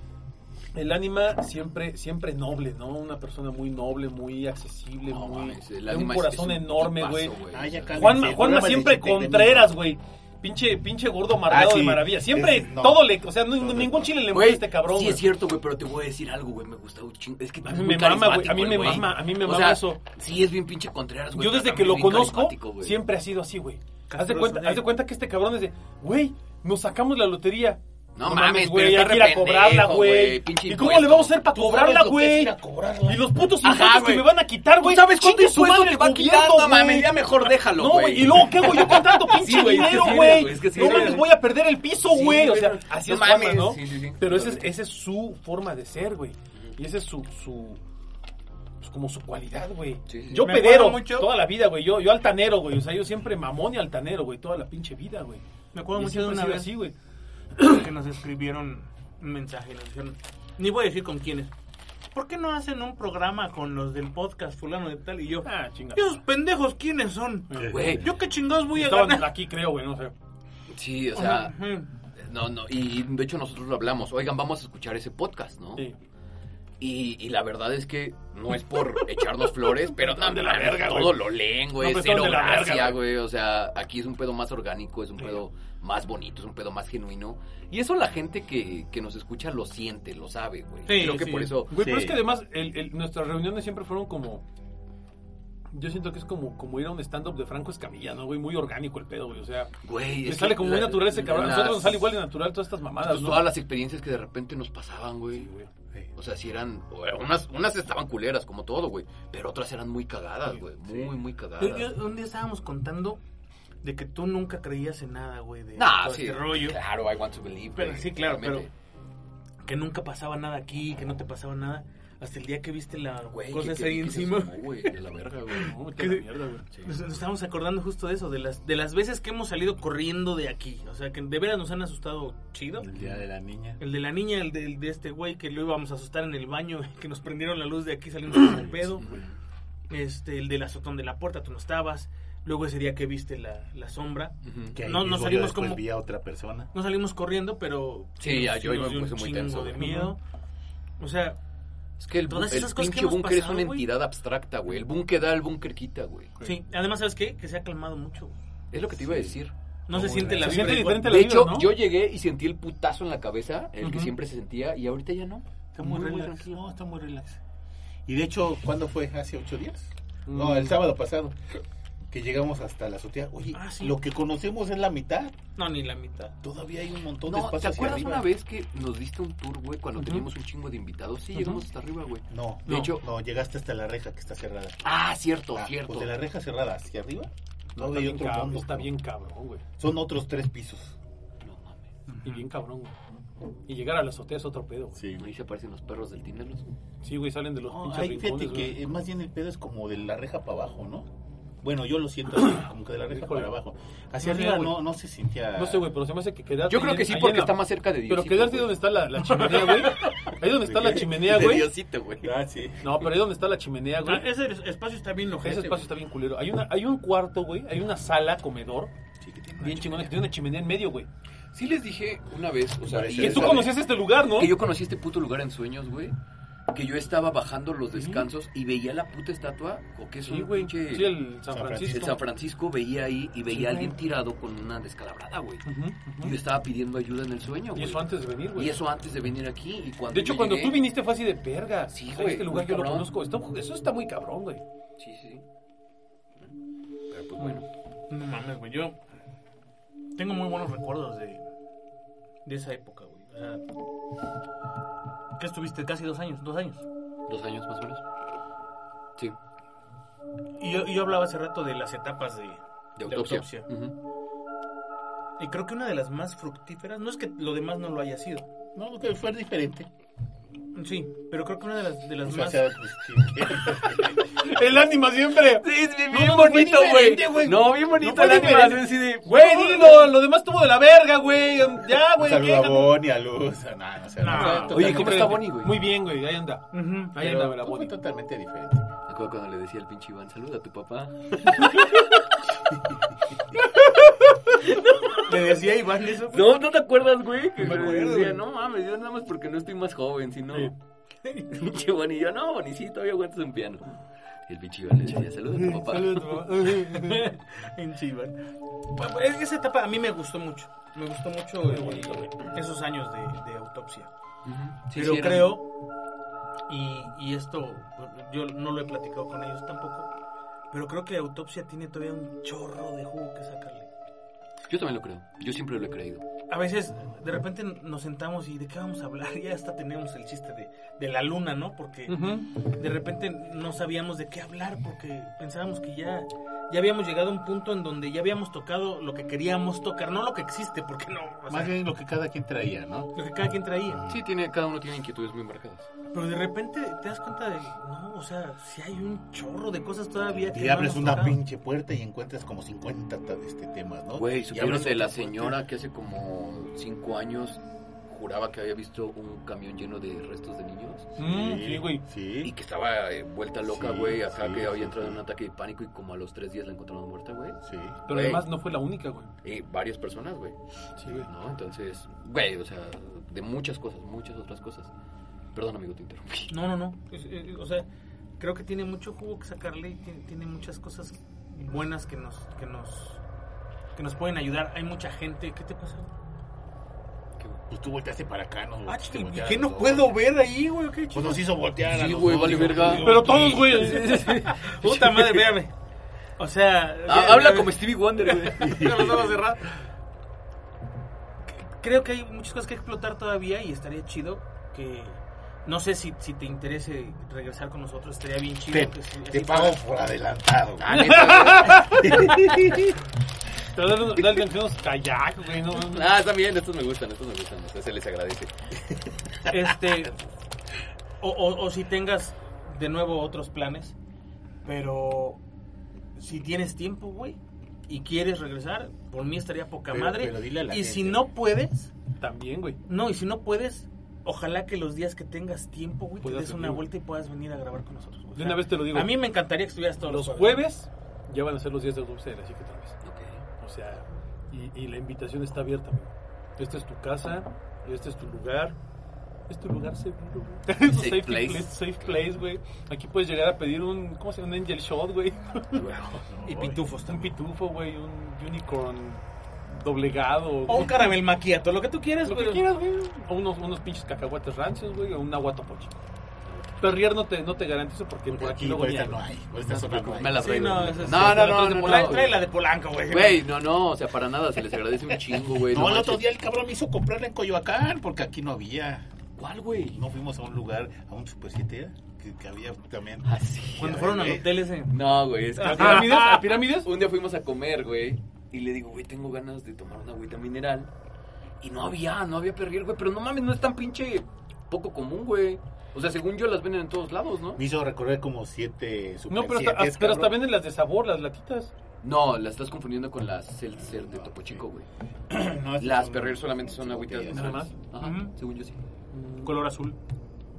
D: El ánima siempre siempre noble, ¿no? Una persona muy noble, muy accesible,
E: No,
D: muy.
E: mames, el
D: de un
E: ánima es-
D: corazón
E: es un
D: enorme,
E: tipazo,
D: güey.
C: Ay, ya
E: O sea,
C: cálmense,
D: Juanma,
C: el
D: Juanma
C: programa de
D: siempre
C: Chitec de mí.
D: Contreras, güey. Pinche, pinche gordo amargado
C: Ah, sí.
D: de maravilla. Siempre
C: Es- no.
D: todo le. O sea, no-
C: No, no,
D: ningún
C: no.
D: chile le mueve
E: Güey,
D: a este cabrón.
E: Sí,
D: güey.
E: es cierto, güey, pero te voy a decir algo, güey. Me gusta un chingo. Es que
D: A
E: es
D: mí
E: muy
D: me mama, güey,
E: carismático,
D: a mí me
E: güey.
D: mama, a mí me
E: O
D: mama
E: sea,
D: eso.
E: Sí, es bien pinche Contreras, güey.
D: Yo
E: pero
D: desde que
E: también
D: lo
E: bien
D: conozco,
E: carismático, güey.
D: siempre ha sido así, güey. Haz de,
F: Castroso,
D: cuenta,
F: ¿eh?
D: haz de cuenta que este cabrón es de, güey, nos sacamos la lotería.
E: No mames, pero
D: güey, hay
E: está
D: que ir a
E: re
D: cobrarla,
E: pendejo,
D: güey.
E: güey, pinche
D: ¿Y
E: impuesto.
D: cómo le vamos a hacer para
C: Tú sabes
D: cobrarla,
C: lo que es
D: güey?
C: ir a cobrarla.
D: Y los putos
E: Ajá,
D: impuestos que
E: güey.
D: me van a quitar, güey.
E: ¿Tú sabes cuánto
D: Chingue su
E: impuesto
D: madre
E: te
D: el
E: va a quitar?
D: gobierno,
E: No mames,
D: güey.
E: ya mejor déjalo,
D: No,
E: güey.
D: güey, y luego, ¿qué hago yo con tanto pinche
E: Sí, güey, es que
D: dinero,
E: sí eres,
D: güey?
E: güey, es que sí
D: no
E: eres,
D: mames,
E: güey.
D: voy a perder el piso,
E: Sí,
D: güey. O
E: güey,
D: sea,
E: no
D: así es
E: mames.
D: Juanma, ¿no?
E: Sí, sí, sí.
D: Pero esa es, esa es su forma de ser, güey. Y esa es su... su pues como su cualidad, güey.
E: Sí, sí.
D: Yo
F: Me
D: pedero
F: acuerdo mucho-
D: toda la vida, güey. Yo, yo altanero, güey. O sea, yo siempre mamón y altanero, güey. Toda la pinche vida, güey.
F: Me acuerdo
D: Y
F: mucho de
D: siempre he
F: una
D: sido
F: vez
D: así, güey.
F: que nos escribieron un mensaje. Nos dijeron, ni voy a decir con quiénes. ¿Por qué no hacen un programa con los del podcast fulano de tal y yo?
D: Ah, chinga.
F: ¿Y ¿Esos pendejos quiénes son?
E: Güey,
F: ¿Yo qué chingados voy a
D: Estaban
F: ganar?
D: aquí, creo, güey. No sé.
E: sí, o sea.
F: Ujú.
E: No, no, y de hecho nosotros lo hablamos. Oigan, vamos a escuchar ese podcast, ¿no?
D: Sí.
E: Y, y la verdad es que no es por echarnos flores, pero no,
D: de la
E: mames,
D: verga,
E: todo
D: güey.
E: lo leen,
D: No,
E: güey,
D: pero
E: cero
D: están de la
E: gracia,
D: verga,
E: güey. O sea, aquí es un pedo más orgánico, es un pedo más bonito, es un pedo más genuino. Y eso la gente que, que nos escucha lo siente, lo sabe, güey.
F: Sí,
E: Creo que
F: sí.
E: por eso
D: Güey, pero
C: Sí.
D: es que además el- el- nuestras reuniones siempre fueron como... Yo siento que es como, como ir a un stand-up de Franco Escamilla, ¿no, güey? Muy orgánico el pedo, güey. O sea,
E: Güey,
D: le
E: es
D: sale
E: que
D: como
E: la-
D: muy natural ese cabrón. A
E: las-
D: nosotros nos sale igual de natural todas estas mamadas,
E: pues,
D: ¿no?
E: todas las experiencias que de repente nos pasaban, güey.
D: Sí, güey.
E: O sea, si eran. o- Unas, unas estaban culeras, como todo, güey. Pero otras eran muy cagadas, güey. Muy, muy cagadas.
F: Yo- yo- un día estábamos contando de que tú nunca creías en nada, güey, de
E: Nah,
F: todo
E: sí.
F: este rollo.
E: Claro, I want to believe.
F: Pero
E: güey,
F: sí, claro,
E: claramente.
F: Que nunca pasaba nada aquí, que no te pasaba nada. Hasta el día que viste la
E: Güey,
F: cosa
E: que-
F: esa
E: que-
F: ahí
E: que se
F: encima.
E: asomó, güey, de la verga, güey.
D: No, vete a la mierda, güey.
F: Nos, nos estamos acordando justo de eso, de las, de las veces que hemos salido corriendo de aquí. O sea, que de veras nos han asustado chido.
C: El día de la niña.
F: El de la niña, el de, el de este güey que lo íbamos a asustar en el baño, que nos prendieron la luz de aquí salimos como un pedo. Este, el del azotón de la puerta, tú no estabas. Luego ese día que viste la, la sombra.
E: Ujú.
C: Que ahí
F: No, no
C: mismo yo
F: salimos
C: después
F: como-
C: vi a otra persona.
F: No salimos corriendo, pero...
E: Sí, ya,
F: nos-
E: yo
F: nos
E: me
F: dio un
E: puse muy
F: chingo
E: tenso,
F: de
E: güey.
F: miedo. O sea,
E: Es que el, bu-
F: Todas
E: el
F: esas cosas que
E: pinche
F: hemos
E: búnker es
F: pasado,
E: una
F: güey.
E: entidad abstracta, güey. El búnker da, el búnker quita, güey.
F: sí. Además, ¿sabes qué? Que se ha calmado mucho. güey.
E: Es lo que te iba a decir.
F: No se siente la
D: Se
F: vibra
D: siente
F: igual.
D: diferente la
E: De
D: vida,
E: hecho,
D: ¿no?
E: yo llegué y sentí el putazo en la cabeza, el que
D: Ujú.
E: siempre se sentía, y ahorita ya no.
C: Está muy,
E: Muy, muy
C: relax.
E: tranquilo.
C: No, está muy relax. Y de hecho, ¿cuándo fue? ¿Hace ocho días?
D: Mm.
C: No, el sábado pasado. Que llegamos hasta la azotea. Oye,
F: Ah, sí.
C: lo que conocemos es la mitad.
F: No, ni la mitad.
C: Todavía hay un montón de
E: No,
C: espacio
E: ¿te
C: hacia
E: acuerdas
C: arriba.
E: una vez que nos diste un tour, güey, cuando teníamos un chingo de invitados? Sí, llegamos hasta arriba, güey.
C: No,
E: De
C: no,
E: hecho-
C: no, llegaste hasta la reja que está cerrada.
E: Ah, cierto,
C: Ah,
E: cierto.
C: Pues de la reja cerrada hacia arriba. No,
D: está,
C: hay
D: bien
C: otro
D: cabrón,
C: mundo.
D: está bien cabrón, güey.
C: Son otros tres pisos.
E: No mames.
D: Y bien cabrón, güey. Y llegar a la azotea es otro pedo, güey.
C: Sí,
E: Ahí se aparecen los perros del Tinder. los-
D: Sí, güey, salen de los pinches
C: ahí fíjate
D: rincones,
C: que
D: güey.
C: eh, más bien el pedo es como de la reja para abajo, ¿no? Bueno, yo lo siento así, como que de la reja
D: Híjole.
C: para abajo. Hacia
D: No sé,
C: arriba
D: güey.
C: no, no se sentía.
D: No sé, güey, pero se me hace que quedarte...
E: Yo creo
D: ahí
E: que
D: en-
E: sí,
D: Ah, ahí
E: porque
D: en la-
E: está más cerca de Diosito.
D: Pero quedarte donde
E: güey.
D: está la, la chimenea, güey. Ahí donde está la chimenea,
E: De
D: güey.
E: Diosito, güey.
C: Ah, sí.
D: No, pero ahí donde está la chimenea, güey.
F: Ah, ese espacio está bien ojete,
D: Ese espacio
F: güey.
D: está bien culero. Hay, una, hay un cuarto, güey. Hay una sala, comedor.
C: Sí, que tiene una
E: Ah,
D: Bien chingona, que tiene una chimenea en medio, güey.
E: Sí les dije una vez, o sea,
C: Parece
E: y
D: Que
E: eso-
D: tú conocías este lugar, ¿no?
E: que yo conocí este puto lugar en sueños, güey. Que yo estaba bajando los descansos y veía la puta estatua, o que es
D: Sí,
E: un
D: güey.
E: pinche-
D: Sí, el San
C: San
E: el
D: Francisco.
E: San Francisco, veía ahí y veía a alguien tirado con una descalabrada, güey.
D: Ujú,
E: Y
D: ujú.
E: Yo estaba pidiendo ayuda en el sueño,
D: Y
E: güey.
D: eso antes de venir, güey.
E: Y eso antes de venir aquí. Y cuando
D: De hecho,
E: yo
D: cuando
E: llegué-
D: tú viniste fue así de verga.
E: Sí,
D: O sea,
E: güey,
D: Este lugar
E: muy
D: yo lo
E: cabrón.
D: conozco. Está- eso está muy cabrón, güey.
E: Sí, sí. Pero pues bueno.
F: No mames, güey. Yo tengo muy buenos recuerdos de, de esa época, güey. Ah, ¿Qué estuviste? Casi dos años, dos años.
E: Dos años más o menos. Sí.
F: Y yo, y yo hablaba hace rato de las etapas de...
E: De
F: De
E: autopsia.
F: autopsia.
E: Ujú.
F: Y creo que una de las más fructíferas, no es que lo demás no lo haya sido.
C: No, que fue diferente.
F: Sí, pero creo que una de las, de las
C: O sea,
F: más...
C: sea, pues, que- que-
D: El ánima siempre.
E: bien bonito, güey. No, bien bonito el ánima. así de,
D: Güey, dilo, lo demás estuvo de la verga, güey. Ya, güey.
C: Saludo a
D: quéjate.
C: Bonnie, a Luz. a- No, no sé.
F: No.
C: no,
E: Oye, ¿cómo está
D: Totalmente.
E: Bonnie, güey?
D: Muy bien, güey, ahí anda.
F: Ujú.
D: Ahí anda, güey, la
C: fue
D: Bonnie.
C: totalmente diferente.
E: Me acuerdo cuando le decía al pinche Iván, saluda a tu papá.
F: Le decía a Iván eso.
E: No, ¿no te acuerdas, güey? Que
D: Me
E: le
D: acuerdo,
E: decía,
D: güey.
E: no mames, yo nada más porque no estoy más joven, sino...
D: Sí.
E: Pinche Iván y yo, no, Bonnie, sí, todavía aguantas un piano. Y el pinche Iván le decía, saluda a tu papá.
D: Saludos, mamá.
F: En Chivas. Bueno, pues, es- Esa etapa a mí me gustó mucho. Me gustó mucho eh, esos años de, de autopsia.
E: Ujú. Sí,
F: pero
E: sí, era-
F: creo, y, y esto yo no lo he platicado con ellos tampoco, pero creo que autopsia tiene todavía un chorro de jugo que sacarle.
E: Yo también lo creo. Yo siempre lo he creído.
F: A veces, de repente nos sentamos y de qué vamos a hablar, ya hasta tenemos el chiste de, de la luna, ¿no? Porque
D: Ujú.
F: de repente no sabíamos de qué hablar porque pensábamos que ya, ya habíamos llegado a un punto en donde ya habíamos tocado lo que queríamos tocar, no lo que existe, porque no, o sea,
C: Más bien lo que cada quien traía, ¿no?
F: lo que cada quien traía.
E: Sí, tiene, cada uno tiene inquietudes muy marcadas.
F: Pero de repente te das cuenta de, no, o sea, si hay un chorro de cosas todavía que
C: Y
F: no
C: abres
F: hemos
C: una
F: tocado.
C: pinche puerta y encuentras como 50 ta- este, temas, ¿no?
E: Güey,
C: Y
E: supieron
C: abres
E: de la
C: otra puerta.
E: señora que hace como cinco años juraba que había visto un camión lleno de restos de niños
D: Mm, Sí, güey.
E: y
C: Sí.
E: que estaba eh, vuelta loca,
C: Sí,
E: güey, acá
C: sí,
E: que había
C: sí,
E: entrado
C: sí.
E: en un ataque de pánico y como a los tres días la encontraron muerta, güey.
C: Sí.
D: Pero además no fue la única, güey.
E: Y varias personas, güey,
D: Sí, güey.
E: ¿no? Entonces, güey, o sea, de muchas cosas, muchas otras cosas. Perdón, amigo, te interrumpí.
F: No, no, no. Es- eh, o sea, creo que tiene mucho jugo que sacarle y tiene, tiene muchas cosas buenas que nos, que nos que nos pueden ayudar. Hay mucha gente. ¿Qué te pasó?
C: Pues tú volteaste para acá, ¿no?
F: Ah,
C: Te
F: ¿y
C: voltearon
F: ¿Qué
C: los
F: no
C: dos.
F: puedo ver ahí, güey? ¿Qué
C: Pues
F: chido?
C: nos hizo voltear a
E: Sí,
C: los
E: güey,
C: dos,
E: vale
C: digo,
E: verga.
C: digo,
D: Pero
C: sí.
D: todos, güey.
F: Puta madre, véame. O sea,
E: Ah,
F: ve-
E: habla
F: ve-
E: como Stevie Wonder, güey.
F: con los ojos cerrados. Creo que hay muchas cosas que explotar todavía y estaría chido que no sé si, si te interese regresar con nosotros, estaría bien chido.
C: Te,
F: que si-
C: te
F: así
C: pago por adelantado.
E: Ah, neta, güey.
D: Pero dale, dale unos kayak, güey. No, no,
E: Ah, está bien, estos me gustan, estos me gustan. O sea, se les agradece.
F: para- Este o, o- o si tengas de nuevo otros planes, pero si tienes tiempo, güey, y quieres regresar, por mí estaría poca
C: Pero-
F: madre.
C: pero dile a la
F: y si
C: gente.
F: no puedes,
D: También, güey.
F: no, y si no puedes, ojalá que los días que tengas tiempo, güey, te
D: Puedas
F: des una
D: venir.
F: vuelta y puedas venir a grabar con nosotros. güey. O
D: De
F: sea,
D: una vez te lo digo.
F: A mí me encantaría que estuvieras todos
D: los jueves ya van a ser los días de autopsia de la psique otra vez.
E: Ok.
D: O sea, y, y la invitación está abierta, amigo. Esta es tu casa, este es tu lugar. Es tu lugar seguro, güey. Es un
E: Safe
D: safety
E: place.
D: safe place, güey. Aquí puedes llegar a pedir un, ¿cómo se llama? Un angel shot, güey.
F: Y pitufos
D: Un
F: también.
D: pitufo, güey. Un unicorn doblegado.
F: O un caramel maquiato, lo que tú quieras,
D: Lo que
F: güey.
D: quieras, güey. O unos, unos pinches cacahuates ranchos, güey. O un aguatopochi. Perrier no te, no te garantizo porque por aquí luego
C: por
D: ni
C: esta
D: hay.
C: no hay. Por esta zona no hay.
E: Me la
F: Sí,
E: traigo.
F: no,
E: No,
F: es- es-
E: no, no, no,
F: es de
E: no,
F: Polanco,
E: no.
F: Trae la de Polanco, güey.
E: Güey, no, no, o sea, para nada, se les agradece un chingo, güey.
C: No, el otro
E: manches.
C: día el cabrón me hizo comprarla en Coyoacán porque aquí no había.
E: ¿Cuál, güey?
C: No fuimos a un lugar, a un Super 7 que, que había también.
E: Así.
F: Cuando fueron
D: Eh.
F: al hotel ese.
E: No, güey, es que
D: ¿A pirámides? ¿A pirámides?
E: Un día fuimos a comer, güey, y le digo, güey, tengo ganas de tomar una agüita mineral. Y no había, no había perrier, güey, pero no mames, no es tan pinche poco común, güey. O sea, según yo las venden en todos lados, ¿no?
C: Me hizo recorrer como siete Super
D: No, pero hasta,
C: 7s,
D: pero hasta
C: cabrón.
D: venden las de sabor, las latitas.
E: No, la estás confundiendo con las seltzer de Topo Chico, güey.
C: No, estas
E: Las
C: son-
E: perrier solamente son agüitas
C: botellas.
D: nada
E: minerales. Ajá,
F: Ujú.
E: según yo sí.
F: Color azul.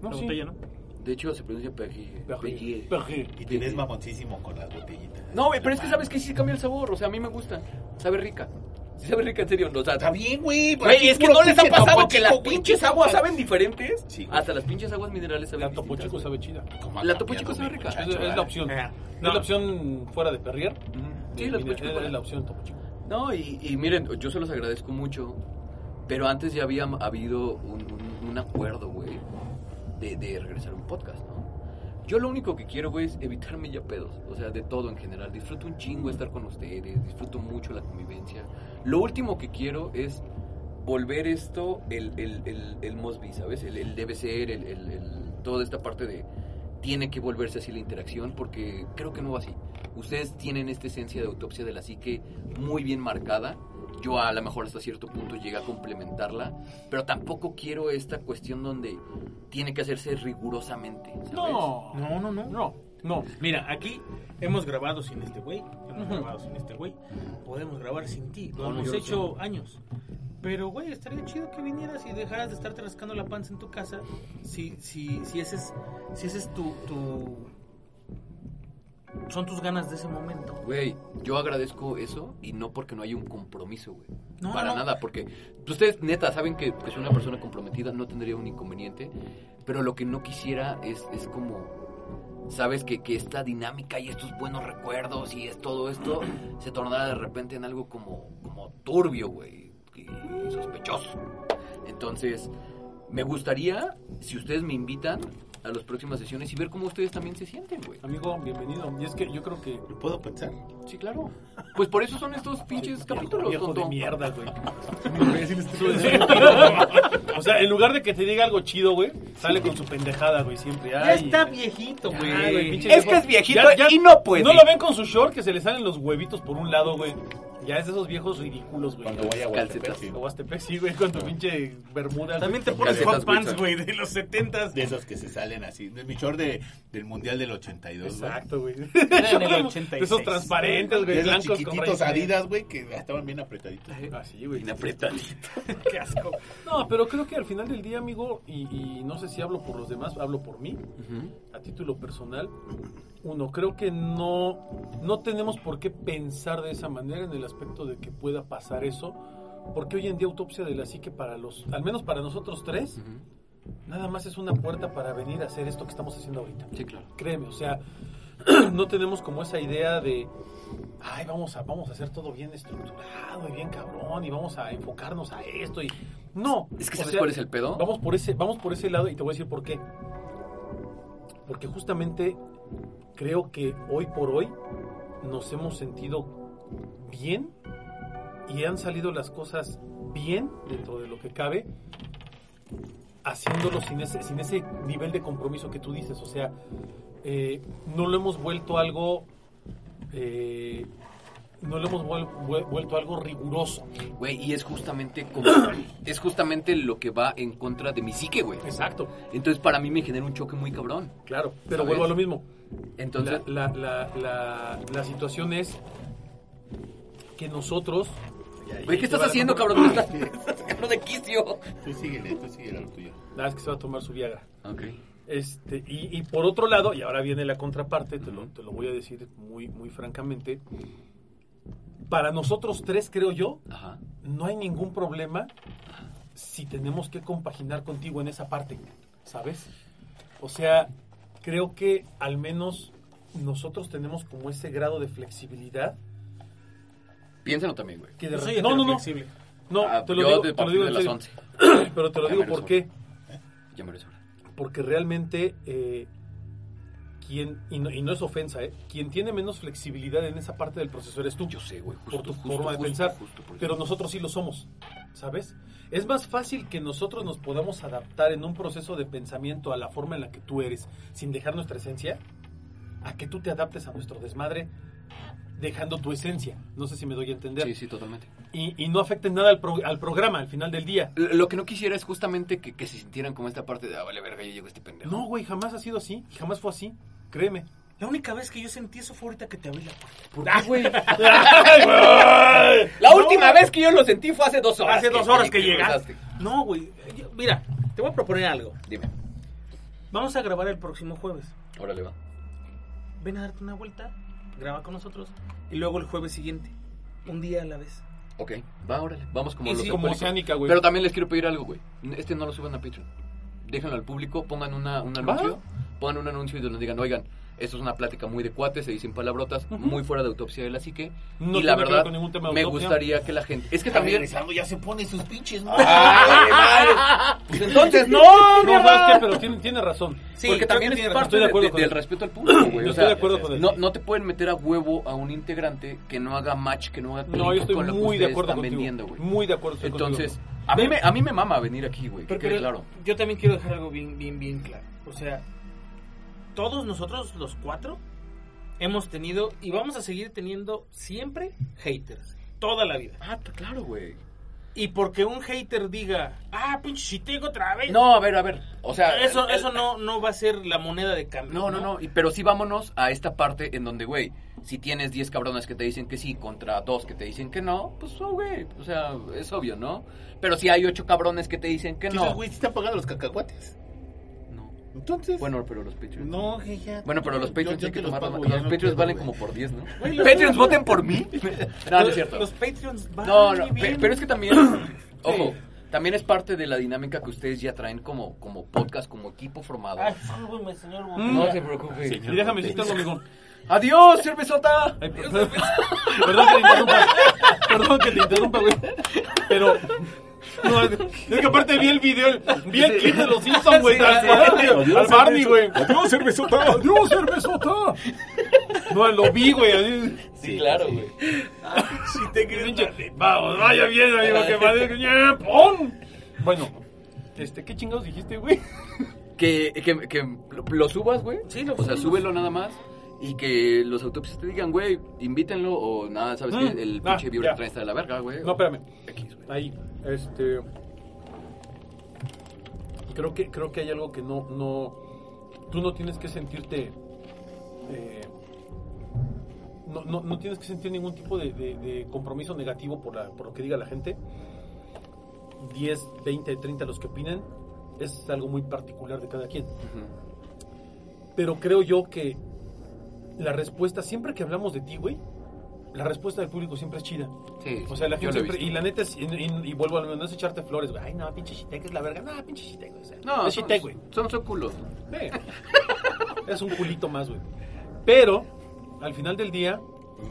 D: No,
F: la
D: sí.
F: botella, ¿no?
E: De hecho, se pronuncia perrier.
D: Perrier.
E: perrier.
D: Perrier.
C: Y te ves mamoncísimo con las botellitas.
E: No, güey, pero es que sabes que sí cambia el sabor. O sea, a mí me gusta. Sabe rica. Sí sabe rica, en serio. O sea,
C: Está bien, güey. pero aquí
E: Güey, es que
C: puro
E: no les ha
C: pinche
E: pasado
C: Topo
E: que
C: Chico,
E: las
C: güey,
E: pinches
C: pinche
E: aguas
C: Topo-
E: saben diferentes.
C: Sí, güey.
E: Hasta las pinches aguas minerales saben
D: La Topo
E: distintas,
D: Chico
E: güey.
D: sabe chida.
C: Como ha
E: La Topo
C: cambiado
E: Chico sabe
C: mi
E: rica.
D: Es,
C: muchacho,
D: es la
C: ¿verdad?
D: opción.
F: Ajá.
D: Es
F: No.
D: la opción fuera de Perrier.
E: Sí,
D: Y
E: la
D: mira,
E: Topo Chico.
D: Es la opción Topo Chico.
E: No, y, y miren, yo se los agradezco mucho. Pero antes ya había habido un, un- un acuerdo, güey, de, de regresar a un podcast, ¿no? Yo lo único que quiero, güey, es evitarme ya pedos. O sea, de todo en general. Disfruto un chingo estar con ustedes. Disfruto mucho la convivencia. Lo último que quiero es volver esto el, el, el, el Mosby, ¿sabes? El, el debe ser, el, el- el- toda esta parte de tiene que volverse así la interacción porque creo que no va así. Ustedes tienen esta esencia de autopsia de la psique muy bien marcada. Yo a lo mejor hasta cierto punto llegué a complementarla, pero tampoco quiero esta cuestión donde tiene que hacerse rigurosamente. ¿sabes?
D: No.
F: No, no, no.
D: No. No.
F: Mira, aquí hemos grabado sin este güey, hemos grabado sin este güey, podemos grabar sin ti, lo
E: No, no,
F: hemos
E: yo lo
F: hecho años. Pero, güey, estaría chido que vinieras y dejaras de estarte rascando la panza en tu casa si, si, si ese es, si ese es tu, tu... Son tus ganas de ese momento.
E: Güey, yo agradezco eso y no porque no haya un compromiso, güey.
F: No,
E: Para
F: no, no.
E: nada, porque pues, ustedes neta saben que, que soy una persona comprometida, no tendría un inconveniente, pero lo que no quisiera es, es como, sabes, que, que esta dinámica y estos buenos recuerdos y es todo esto se tornara de repente en algo como, como turbio, güey, y sospechoso. Entonces, me gustaría, si ustedes me invitan a las próximas sesiones y ver cómo ustedes también se sienten, güey.
D: Amigo, bienvenido. Y es que yo creo que.
C: ¿Lo puedo pensar?
E: Sí, claro. Pues por eso son estos pinches capítulos,
D: viejo de
E: tonto.
D: mierda, güey. este o sea, en lugar de que te diga algo chido, güey, sale con su pendejada, güey, siempre.
F: Ya
D: Ay,
F: está
D: güey.
F: viejito,
D: Ay, güey,
F: güey.
D: pinche viejo. Ya- ya- No lo ven con su short que se le salen los huevitos por un lado, güey. Ya es de esos viejos ridículos, güey.
C: Cuando vaya a Huastepec,
E: Calcetas.
C: sí.
D: Aguastepec, sí, güey, con tu pinche bermuda.
F: También te pones
E: Calcetas
F: hot pants,
E: Wilson.
F: güey, de los setentas.
C: De esos que se salen así. De mi short de, del Mundial del 82, güey.
D: Exacto, güey.
F: en el 86.
D: Esos transparentes,
C: De
D: güey,
C: esos
D: blancos con
C: chiquititos
D: rayitas.
C: adidas, güey, que estaban bien apretaditos.
D: Así, güey.
F: Qué asco.
D: No, pero creo que al final del día, amigo, y, y no sé si hablo por los demás, hablo por mí, a título personal. Uno, creo que no, no tenemos por qué pensar de esa manera en el aspecto de que pueda pasar eso, porque hoy en día autopsia de la psique para los, al menos para nosotros tres, nada más es una puerta para venir a hacer esto que estamos haciendo ahorita.
E: Sí, claro.
D: Créeme, o sea, no tenemos como esa idea de, ay, vamos a, vamos a hacer todo bien estructurado y bien cabrón y vamos a enfocarnos a esto y... No.
E: Es que
D: o
E: ¿sabes
D: sea,
E: cuál es el pedo?
D: Vamos por, ese, vamos por ese lado y te voy a decir por qué. Porque justamente creo que hoy por hoy nos hemos sentido bien y han salido las cosas bien dentro de lo que cabe haciéndolo sin ese, sin ese nivel de compromiso que tú dices. O sea, eh, no lo hemos vuelto algo... eh, no lo hemos vuel- vuel- vuelto algo riguroso.
E: Güey, y es justamente como... es justamente lo que va en contra de mi psique, güey.
D: Exacto,
E: Entonces para mí me genera un choque muy cabrón.
D: claro. Pero
E: ¿Sabes?
D: vuelvo a lo mismo.
E: Entonces...
D: la, la, la, la, la situación es que nosotros...
E: Güey, ¿qué estás haciendo, cabrón? ¿Qué estás sacando de quicio?
C: Tú síguele, tú síguele a lo tuyo.
D: Nada, es que se va a tomar su Viagra.
E: Ok.
D: Este, y, y por otro lado, y ahora viene la contraparte, te lo, te lo voy a decir muy, muy francamente. Para nosotros tres, creo yo,
E: Ajá.
D: no hay ningún problema si tenemos que compaginar contigo en esa parte, ¿sabes? O sea, creo que al menos nosotros tenemos como ese grado de flexibilidad
E: Piénsalo también, güey.
D: que de
G: Yo soy
D: repente- No, no, no.
G: heteroflexible.
D: No,
E: Ah,
D: te lo
E: yo
D: digo,
E: de
D: te lo
E: partir
D: digo
E: de
D: en
E: las
D: serio.
E: 11.
D: Pero te lo
E: Ya
D: digo
E: me resuelvo.
D: porque
E: Ya me eres hora.
D: porque realmente eh, quien y no, y no es ofensa, ¿eh? quien tiene menos flexibilidad en esa parte del proceso eres tú.
E: Yo sé, güey. Justo,
D: por tu
E: justo,
D: forma de
E: justo,
D: pensar,
E: justo por eso.
D: pero nosotros sí lo somos, ¿sabes? Es más fácil que nosotros nos podamos adaptar en un proceso de pensamiento a la forma en la que tú eres, sin dejar nuestra esencia, a que tú te adaptes a nuestro desmadre dejando tu esencia. No sé si me doy a entender.
E: Sí, sí, totalmente.
D: Y, y no afecten nada al, pro- al programa al final del día.
E: L- Lo que no quisiera es justamente que, que se sintieran como esta parte de, ah, vale, verga, yo llego a este pendejo.
D: No, güey, jamás ha sido así, jamás fue así, créeme.
G: La única vez que yo sentí eso fue ahorita que te abrí la puerta.
E: Ah, güey. La última vez que yo lo sentí fue hace dos horas.
G: Hace dos horas que
E: llegaste.
G: No, güey. Yo- Mira, te voy a proponer algo.
E: Dime.
G: Vamos a grabar el próximo jueves.
E: Órale, va.
G: Ven a darte una vuelta, graba con nosotros y luego el jueves siguiente. Un día a la vez.
E: Ok, va, órale. Vamos como
D: Y
E: los
D: sí,
E: de
D: como
E: película.
D: Oceánica, güey.
E: Pero también les quiero pedir algo, güey. Este no lo suban a Patreon. Déjenlo al público, pongan una, un
D: Va.
E: anuncio. Pongan un anuncio y donde digan, oigan, esto es una plática muy de cuates, se dicen palabrotas, muy fuera de autopsia de la psique.
D: No
E: y la
D: tiene que ver
E: verdad,
D: con ningún tema de
E: me
D: autopsia.
E: gustaría que la gente. Es que
C: Está
E: también. Ah,
C: regresando, ya se pone sus pinches. ¿no?
E: ¡Ay, madre! Pues entonces, no,
D: No,
E: mierda!
D: ¿sabes qué? Pero tiene, tiene razón.
E: Porque también es parte
D: Estoy de
E: de-
D: acuerdo
E: de-
D: con
E: del
D: él.
E: respeto al público, güey.
D: Yo
E: O
D: estoy de
E: sea,
D: acuerdo con él.
E: no, no te pueden meter a huevo a un integrante que no haga match, que no haga clic
D: No, yo estoy
E: con lo que
D: muy de
E: ustedes
D: acuerdo
E: están
D: contigo.
E: vendiendo, güey.
D: Muy de acuerdo estoy
E: Entonces, a mí, me, a mí me mama venir aquí, güey. Que
G: Pero,
E: quede
G: pero
E: claro.
G: yo también quiero dejar algo bien, bien, bien claro. O sea, todos nosotros, los cuatro, hemos tenido y vamos a seguir teniendo siempre haters. Toda la vida.
E: Ah, t- claro, güey.
G: Y porque un hater diga, ah, pinche chitego otra vez.
E: No, a ver, a ver. O sea,
G: Eso,
E: eh,
G: eso no, no va a ser la moneda de cambio.
E: No, no, no. y- Pero sí vámonos a esta parte en donde, güey, si tienes 10 cabrones que te dicen que sí contra dos que te dicen que no, pues, oh, güey. O sea, es obvio, ¿no? Pero si hay ocho cabrones que te dicen que
C: Entonces,
E: no.
C: güey, te están pagando los cacahuates.
E: No.
C: Entonces.
E: Bueno, pero los Patreons.
C: No, que ya.
E: Bueno, pero los
C: Yo-
E: Patreons,
C: yo
E: hay
C: te
E: que tomarlo-
C: pago,
E: los
C: ya no
E: Patreons
C: quiero,
E: valen
C: güey.
E: como por 10, ¿no?
G: Güey, los-
E: ¿Patreons voten por mí? No, no es cierto.
G: Los Patreons van
E: No, no,
G: y
E: pe-
G: vienen.
E: pero es que también, ojo, también es parte de la dinámica que ustedes ya traen como, como podcast, como equipo formado.
D: Ah,
G: Ay, discúlpeme, señor Botella.
E: No se preocupe.
D: Y déjame decirte algo, amigo.
E: ¡Adiós, cervezota!
D: Ay, perdón, perdón que te interrumpa. Perdón que te interrumpa, güey. Pero. No, es es que aparte vi el video, el- vi el clip de los Simpsons, güey.
E: Sí,
D: al,
E: sí.
D: Barney, al Barney, güey. Adiós, cervezota. Adiós, cervezota. No, lo vi, güey. así.
E: Sí, claro, güey.
D: Pinche, Vamos, vaya bien, amigo, que madre. que ya, ¡Pon! Bueno, este, ¿qué chingados dijiste, güey?
E: Que, que, que lo- lo subas, güey.
G: Sí, lo
E: O sea,
G: subimos.
E: súbelo nada más. Y que los autopsias te digan, güey, invítenlo o nada, ¿sabes
D: Mm,
E: qué? El
D: ah,
E: pinche vibra
D: ya.
E: trae está de la verga, güey.
D: No, espérame.
E: X, güey.
D: Ahí, este. Creo que, creo que hay algo que no, no. Tú no tienes que sentirte. eh, no, no, no tienes que sentir ningún tipo de, de- de compromiso negativo por, la- por lo que diga la gente. 10, 20, 30 los que opinen. Es algo muy particular de cada quien.
E: Ujú.
D: Pero creo yo que la respuesta, siempre que hablamos de ti, güey, la respuesta del público siempre es chida.
E: Sí,
D: O sea, la
E: yo lo he
D: gente siempre-
E: visto.
D: y la neta es, y, y- y vuelvo a lo mismo, no es echarte flores, güey. Ay, no, pinche Shitec es la verga. No, pinche Shitec, güey. o sea,
E: No, pues,
D: es
E: son,
D: Shitec, güey.
E: son son culos.
D: Ve. es un culito más, güey. Pero, al final del día,
C: pues,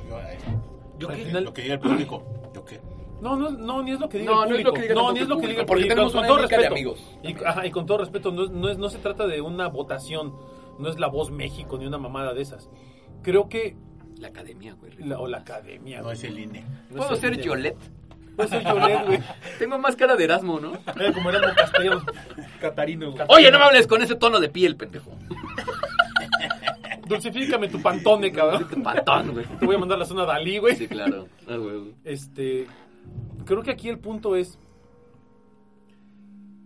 C: Yo
D: Al
C: qué?
D: final-
C: Lo que diga el público. Yo qué.
D: no, no, no, ni es lo que diga
E: No,
D: el
E: no es
D: público.
E: lo que diga
D: no,
E: tampoco
D: ni
E: el
D: es lo que
E: público,
D: diga el
E: porque
D: público,
E: tenemos
D: con
E: una
D: todo
E: dinámica de
D: respeto.
E: amigos
D: Y,
E: también.
D: ajá, y con todo respeto, no, es- no, es, no se trata de una votación, no es la voz México ni una mamada de esas. Creo que,
E: La academia, güey.
D: la, o la academia,
C: No
D: güey.
C: es el INE.
D: No
E: ¿Puedo
D: sé,
E: ser
D: de-
E: Yolette?
D: Puedo ser Yolette, güey.
E: Tengo más cara de Erasmo, ¿no?
D: Eh, como Erasmo Castellanos. Catarino, güey.
E: Oye, no me hables con ese tono de piel, pendejo.
D: Dulcifícame tu pantone,
E: Este
D: cabrón.
E: Pantón, güey.
D: Te voy a mandar la zona Dalí, güey.
E: Sí, claro. Ah, güey, güey.
D: Este, creo que aquí el punto es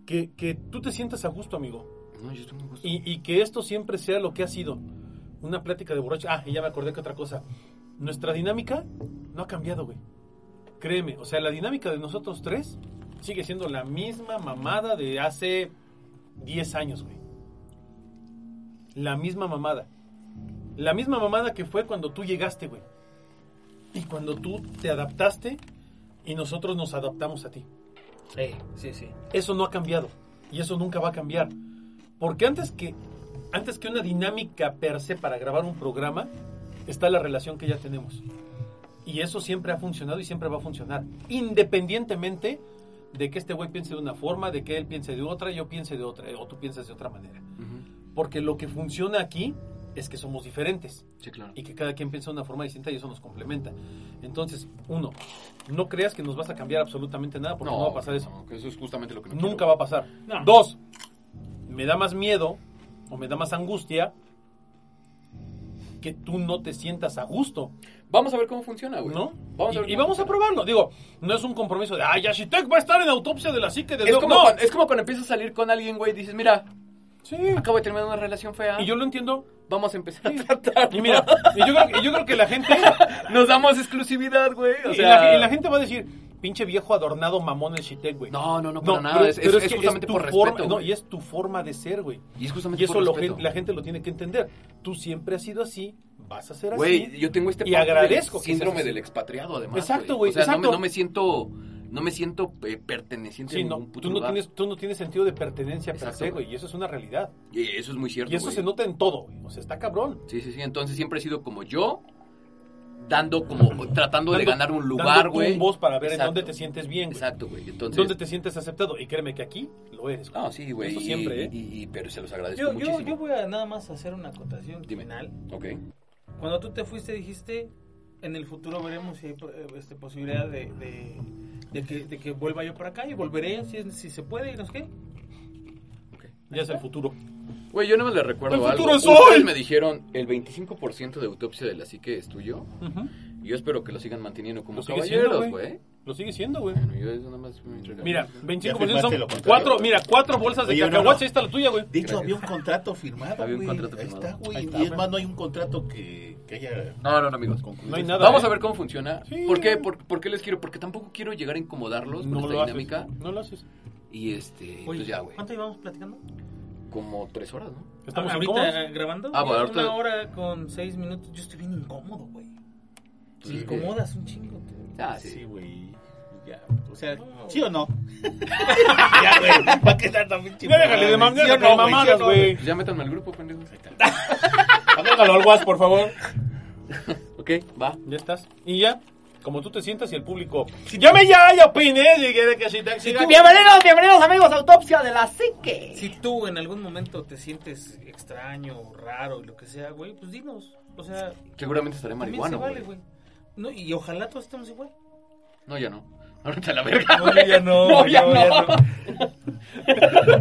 D: que, que tú te sientas a gusto, amigo.
E: No, yo estoy muy gusto.
D: Y, y que esto siempre sea lo que ha sido. Una plática de borracho. Ah, y ya me acordé que otra cosa. Nuestra dinámica no ha cambiado, güey. Créeme. O sea, la dinámica de nosotros tres sigue siendo la misma mamada de hace 10 años, güey. La misma mamada. La misma mamada que fue cuando tú llegaste, güey. Y cuando tú te adaptaste y nosotros nos adaptamos a ti.
G: sí, sí.
D: Eso no ha cambiado y eso nunca va a cambiar. Porque antes que antes que una dinámica per se para grabar un programa está la relación que ya tenemos. Y eso siempre ha funcionado y siempre va a funcionar, independientemente de que este güey piense de una forma, de que él piense de otra, yo piense de otra eh, o tú pienses de otra manera.
E: Ujú.
D: Porque lo que funciona aquí es que somos diferentes
E: Sí, claro.
D: y que cada quien piensa de una forma distinta y eso nos complementa. Entonces, uno, no creas que nos vas a cambiar absolutamente nada porque no, va a pasar eso.
E: no, que eso es justamente lo que no
D: Nunca
E: quiero.
D: va a pasar.
F: No.
D: Dos, me da más miedo o me da más angustia que tú no te sientas a gusto,
E: Vamos a ver cómo funciona, güey.
D: ¿no?
E: Vamos a
D: y,
E: ver
D: y
E: cómo
D: vamos a
E: funciona.
D: probarlo. Digo, no es un compromiso de, ay, Yashitec va a estar en autopsia de la psique de
E: Es
D: Dios".
E: como,
D: No.
E: cuando, es como cuando empiezas a salir con alguien, güey, y dices, mira,
D: Sí.
E: acabo de terminar una relación fea.
D: Y yo lo entiendo.
E: Vamos a empezar a tratar.
D: Y mira, y yo, creo, que- yo creo que la gente...
E: Nos damos exclusividad, güey. O
D: y
E: sea,
D: la, y la gente va a decir, pinche viejo adornado mamón el Shitec, güey.
E: No, no, no, para nada. es, es-
D: pero
E: es
D: que
E: justamente
D: tu
E: por
D: forma-
E: respeto.
D: no,
E: güey.
D: y es tu forma de ser, güey.
E: Y es justamente
D: Y eso
E: por
D: lo
E: respeto.
D: gen- la gente lo tiene que entender. Tú siempre has sido así, vas a ser
E: Güey,
D: así.
E: yo tengo este
D: Y
E: parte del
D: agradezco que
E: síndrome
D: seas así.
E: del expatriado, además.
D: Exacto, güey,
E: O sea, no me-
D: exacto.
E: No, me siento, no me siento eh, perteneciente
D: Sí,
E: a
D: no,
E: ningún puto
D: tú, no
E: lugar.
D: tienes, tú no tienes sentido de pertenencia per
E: Exacto,
D: se,
E: güey.
D: güey, y eso es una realidad.
E: Y eso es muy cierto,
D: Y eso
E: güey.
D: se nota en todo, güey. O sea, está cabrón.
E: Sí, sí, sí. Entonces siempre he sido como yo, dando como, tratando de
D: Dando-
E: ganar un lugar,
D: dando
E: güey.
D: tumbos para ver
E: Exacto.
D: en dónde te sientes bien, güey.
E: Exacto, güey. Entonces.
D: Dónde te sientes aceptado. Y créeme que aquí lo eres. güey.
E: No, sí, güey.
D: Eso
E: y-
D: siempre, ¿eh?
E: y- y- pero se los agradezco
G: Yo, yo,
E: muchísimo.
G: yo voy a nada más hacer una acotación
E: Dime.
G: final.
E: Ok.
G: Cuando tú te fuiste dijiste, en el futuro veremos si hay eh, este, posibilidad de, de, de que, de que vuelva yo para acá y volveré si, es- si se puede y no sé qué.
D: Ya es el futuro.
E: Güey, yo no me le recuerdo
D: ¡El
E: algo.
D: futuro es
E: Ustedes
D: hoy!
E: me dijeron, el 25% de autopsia de la psique es tuyo. Y yo espero que lo sigan manteniendo como
D: Lo sigue siendo,
E: caballeros,
D: güey.
E: güey.
D: Lo sigue siendo, güey.
E: Bueno, yo eso nada más me entregaré.
D: Mira,
C: Ya
D: 25%
C: firmaste lo
D: son
C: contrario.
D: cuatro, mira, cuatro bolsas de
C: Oye, no, no.
D: cacahuates, ahí está la tuya, güey.
C: De hecho,
E: Gracias.
C: había un contrato firmado.
E: Había un
C: güey.
E: contrato
C: Ahí
E: firmado.
C: está, güey.
D: Ahí está,
C: y es
D: güey.
C: más, no hay un contrato que, que haya.
E: No, no, no, amigos.
C: concluido.
D: No hay nada.
E: Vamos
D: ¿eh?
E: a ver cómo funciona.
D: Sí.
E: ¿Por qué? ¿Por, por qué les quiero? Porque tampoco quiero llegar a incomodarlos con
D: No
E: esta
D: lo haces.
E: dinámica.
D: No lo haces.
E: Y este, pues ya, güey.
G: ¿cuánto llevamos platicando?
E: Como tres horas, ¿no?
D: Estamos
G: Ah,
D: en
G: ahorita
D: cómo?
G: eh, grabando.
E: Ah, bueno, ahorita-
G: Una hora con seis minutos. Yo estoy bien incómodo, güey.
E: Sí,
G: Me
E: güey.
G: incomodas un chingo. tú.
E: Ah, eh, sí.
C: Sí, güey. Ya. O sea, ¿sí o no? ya, güey. ¿Para qué tanto pinche?
D: Ya déjale de mam-
C: mamada,
D: ya
C: güey? ¿Sí o
D: déjale de
C: no, güey?
D: mamadas,
C: ¿Sí o no,
D: güey.
E: Pues ya métanme al grupo, pendejo.
D: Hágalo al WhatsApp, por favor.
E: Ok, va.
D: Ya estás. Y ya, como tú te sientas y el público. Llame ya y opine. Si quiere que si te siga-
H: Bienvenidos, bienvenidos amigos a Autopsia de la Psique.
G: Si tú en algún momento te sientes extraño, raro y lo que sea, güey, pues dinos. O sea,
E: Seguramente estaré
G: también se
E: marihuano,
G: vale, güey.
E: güey.
G: No, y ojalá todos estemos igual.
E: no, ya no. Ahorita la verga.
G: No,
E: güey.
G: ya no,
E: No,
G: güey,
E: ya
G: no,
E: no.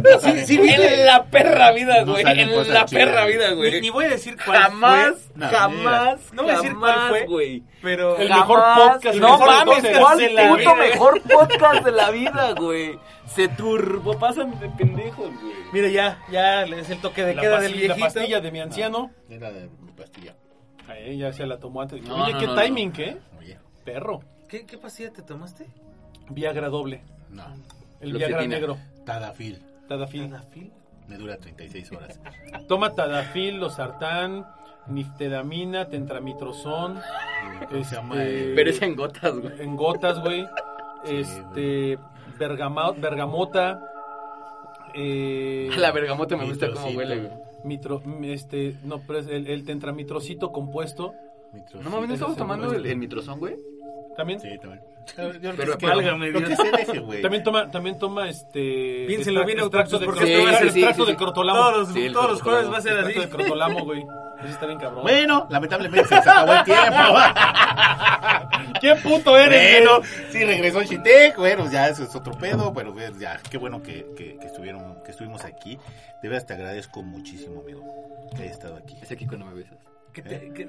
G: ya
C: Sí, sí,
E: En la perra vida,
C: No
E: güey.
C: salen
E: en
C: cosas
E: la
C: chidas.
E: perra vida, güey.
G: Ni, ni voy a decir cuál
E: jamás,
G: fue,
C: No,
E: jamás.
G: No voy a decir cuál
E: jamás,
G: fue.
E: güey.
G: pero...
D: El mejor
E: Jamás.
D: podcast, el
E: No
D: mejor
E: mames,
D: podcast
E: ¿cuál
D: de la
E: puto
D: vida.
E: mejor podcast de la vida, güey? Se turbo, pasan de pendejos, güey.
G: Mira, ya, ya es el toque de
D: La,
G: queda
D: pastilla-
G: del
D: la
G: viejito.
D: pastilla de mi anciano.
C: Era de mi pastilla.
D: A ella se la tomó antes.
E: No,
D: Oye,
E: no,
D: qué
E: no,
D: timing, ¿qué?
C: Oye,
D: Perro.
G: ¿Qué, ¿Qué pastilla te tomaste?
D: Viagra doble.
C: no.
D: El
E: Lo que
D: Viagra
E: tiene.
D: negro.
C: Tadafil.
D: Tadafil.
G: ¿Tadafil?
C: Me dura 36 horas.
D: Toma Tadafil, Losartán, Niftedamina, Tentramitrozón.
C: ¿Cómo se llama?
D: Este-
E: Pero es en gotas, güey.
D: en gotas, güey. Este, bergama- bergamota. Eh,
E: A la bergamota me gusta cómo
C: Mitrocito.
E: huele, güey.
D: mitro- este, no, pero es el, el tentramitrocito compuesto.
C: Mitrocito,
E: No mames, ¿no estamos
C: sé,
E: tomando
C: güey.
E: el, el mitrozón, güey?
D: También,
C: Sí, también.
E: Pero, pero-
C: Válgame Dios. Creo que es ese, güey.
D: también toma, también toma este.
F: Piénselo
D: extra-
F: bien,
D: extracto
F: Octopus, porque
D: de, crotolamo.
E: esto va a ser-
D: extracto
E: sí, sí,
D: de
E: sí.
D: crotolamo.
F: Todos los,
E: Sí, el
F: todos los
E: protocolo.
F: jueves va a ser así.
D: Extracto de crotolamo, güey. Ese está bien cabrón.
C: Bueno, lamentablemente se nos acabó el tiempo.
D: ¿Qué puto eres,
C: Bueno,
D: güey?
C: sí regresó Chitec, bueno, ya eso es otro pedo, pero pues, ya, qué bueno que, que, que estuvieron, que estuvimos aquí. De verdad te agradezco muchísimo, amigo, que hayas estado aquí.
E: Es aquí cuando me besas.
F: Que
C: ¿Eh?
F: te- que-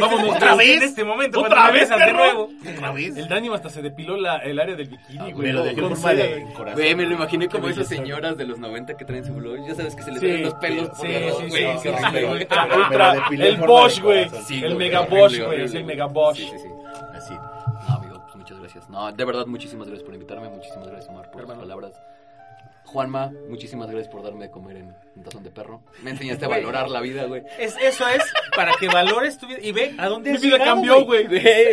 D: Vámonos,
F: Otra vez. En este momento.
D: ¿Otra
F: cuando
D: vez,
F: regresas de
D: perro?
F: nuevo.
C: Otra vez.
D: El Dani hasta se depiló la, el área del bikini, güey.
C: me lo dejé en
D: Con
C: forma
D: cera,
C: Ah, de
D: güey.
C: corazón.
E: Güey, me lo imaginé como
D: Qué
E: esas
D: belleza,
E: señoras de los 90 que traen su blog. Ya sabes que se les
D: Sí,
E: ven los pelos por
D: sí,
E: los
D: sí,
E: güey.
D: sí,
E: qué
D: sí,
E: horrible,
D: sí.
E: güey.
D: Ah,
C: Pero me
D: ultra,
C: lo depilé
D: el
C: en forma de
D: Bosch, güey.
C: corazón.
E: Sí, güey,
D: El mega
E: horrible,
D: Bosch, güey,
E: horrible,
D: es el
E: güey.
D: mega Bosch.
E: Sí, sí, sí.
C: Así.
E: No, amigo, pues muchas gracias. No, de verdad, muchísimas gracias por invitarme, muchísimas gracias, Omar, por
D: Hermano.
E: tus palabras. Juanma, muchísimas gracias por darme de comer en, en Tazón de Perro. Me enseñaste a
F: Güey.
E: valorar la vida, güey.
F: Es, eso es para que valores tu vida y ve a dónde
D: Mi
F: has
D: vida
F: llegado,
D: cambió, güey.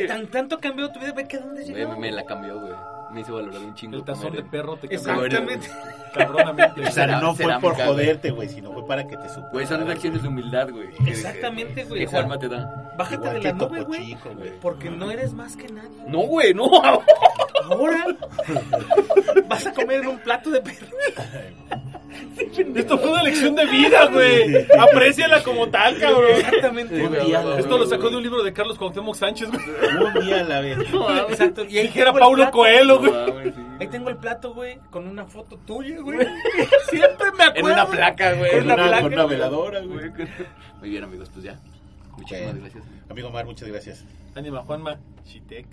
F: Tan, tanto cambió tu vida, ve que a dónde has
E: Güey,
F: llegado.
E: me, me la cambió, güey. Me hizo valorar un chingo.
D: El tazón
E: comer
D: de
E: en-
D: perro te cambió.
F: Exactamente.
D: Cabronamente.
C: O sea,
E: Será-
C: no fue
E: será
C: por
E: mi cara.
C: joderte, güey, sino fue para que te superaras.
E: Güey, son reacciones de humildad, güey.
F: Exactamente, güey.
E: Que Juanma te da.
F: Bájate
C: Igual
F: de
C: que
F: la nube,
C: Topo
F: güey.
C: Chico, güey.
F: Porque no eres más que nadie.
E: No, güey, no.
F: Ahora vas a comer en un plato de perro.
D: Esto fue una lección de vida, güey. Apréciala como tal, cabrón.
F: Exactamente.
E: Sí, güey,
C: día,
E: güey,
D: Esto lo
E: güey,
D: sacó de
E: güey.
D: un libro de Carlos Cuauhtémoc Sánchez, güey.
C: Un día a la vez.
F: Exacto. Y
E: Pues,
F: ahí
D: Dijera
F: tengo el
D: Paulo
F: plato.
D: Coelho, güey.
E: No, mames, Ah, sí.
F: Ahí tengo el plato, güey, con una foto tuya, güey. Siempre me acuerdo.
E: En una placa,
F: Con
E: güey.
C: Con
F: una
C: una,
F: placa,
C: con una
F: güey.
C: veladora, güey.
E: Güey, con- Muy bien, amigos, pues ya. Muchísimas
C: Bueno.
E: gracias.
C: Amigo Omar, muchas gracias.
D: Ánima, Juanma. Chitec.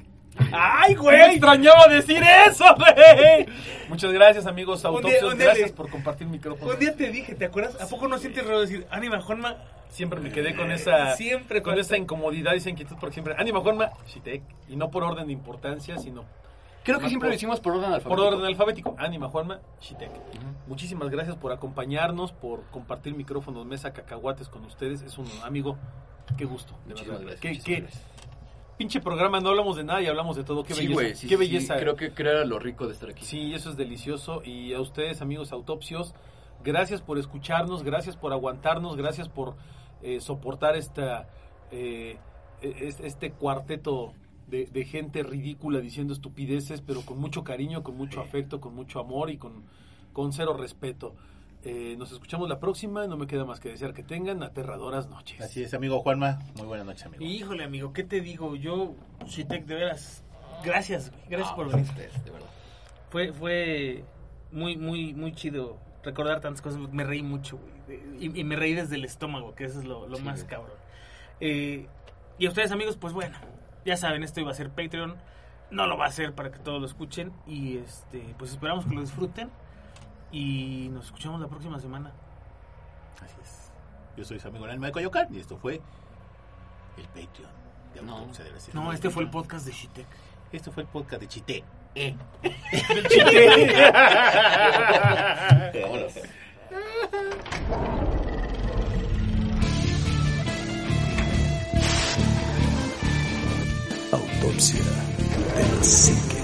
F: ¡Ay,
D: ¡Güey!
F: güey!
D: Extrañaba decir eso, güey. Muchas gracias, amigos
F: Un día-
D: autopsios.
F: un día
D: Gracias
F: le-
D: por compartir micrófono.
F: Un día te dije, ¿te acuerdas? ¿A poco no sientes raro decir, Ánima, Juanma?
D: Siempre me quedé con
E: Ah,
D: esa.
F: Siempre
D: con esa incomodidad y esa inquietud porque siempre. Ánima, Juanma. Chitec. Y no por orden de importancia, sino
E: Creo que siempre lo hicimos por orden
D: Por
E: alfabético.
D: orden alfabético, Ánima Juanma, Shitek. Muchísimas gracias por acompañarnos, por compartir micrófonos, mesa, cacahuates con ustedes. Es un amigo. Qué gusto. De
E: Muchísimas
D: verdad.
E: gracias. muchísimas
D: Qué, qué
E: gracias.
D: pinche programa, no hablamos de nada y hablamos de todo. Qué
E: Sí,
D: belleza.
E: güey, sí,
D: qué
E: sí,
D: belleza.
E: sí, creo que creo era lo rico de estar aquí.
D: Sí, eso es delicioso. Y a ustedes, amigos autopsios, gracias por escucharnos, gracias por aguantarnos, gracias por eh, soportar esta, eh, es- este cuarteto de, de gente ridícula diciendo estupideces, pero con mucho cariño, con mucho afecto, con mucho amor y con, con cero respeto. Eh, nos escuchamos la próxima. No me queda más que desear que tengan aterradoras noches.
C: Así es, amigo Juanma. Muy buenas noches, amigo.
F: Híjole, amigo, ¿qué te digo? Yo, Shitek, de veras, gracias, güey, gracias por venir.
E: ustedes, de verdad.
F: Fue, fue muy, muy, muy chido recordar tantas cosas. Me reí mucho, güey. Y, y me reí desde el estómago, que eso es lo, lo
E: Sí,
F: más
E: güey.
F: cabrón. Eh, y a ustedes, amigos, pues bueno, ya saben, esto iba a ser Patreon. No lo va a hacer para que todos lo escuchen. Y este, pues esperamos que lo disfruten. Y nos escuchamos la próxima semana.
C: Así es. Yo soy su amigo Nalma de Coyoacán y esto fue el Patreon de
E: No.
C: Autopsia de la Sirena.
F: No, este fue el podcast de Shitek.
C: Este fue el podcast de Chité. Vámonos.
B: Autopsia de la Psique.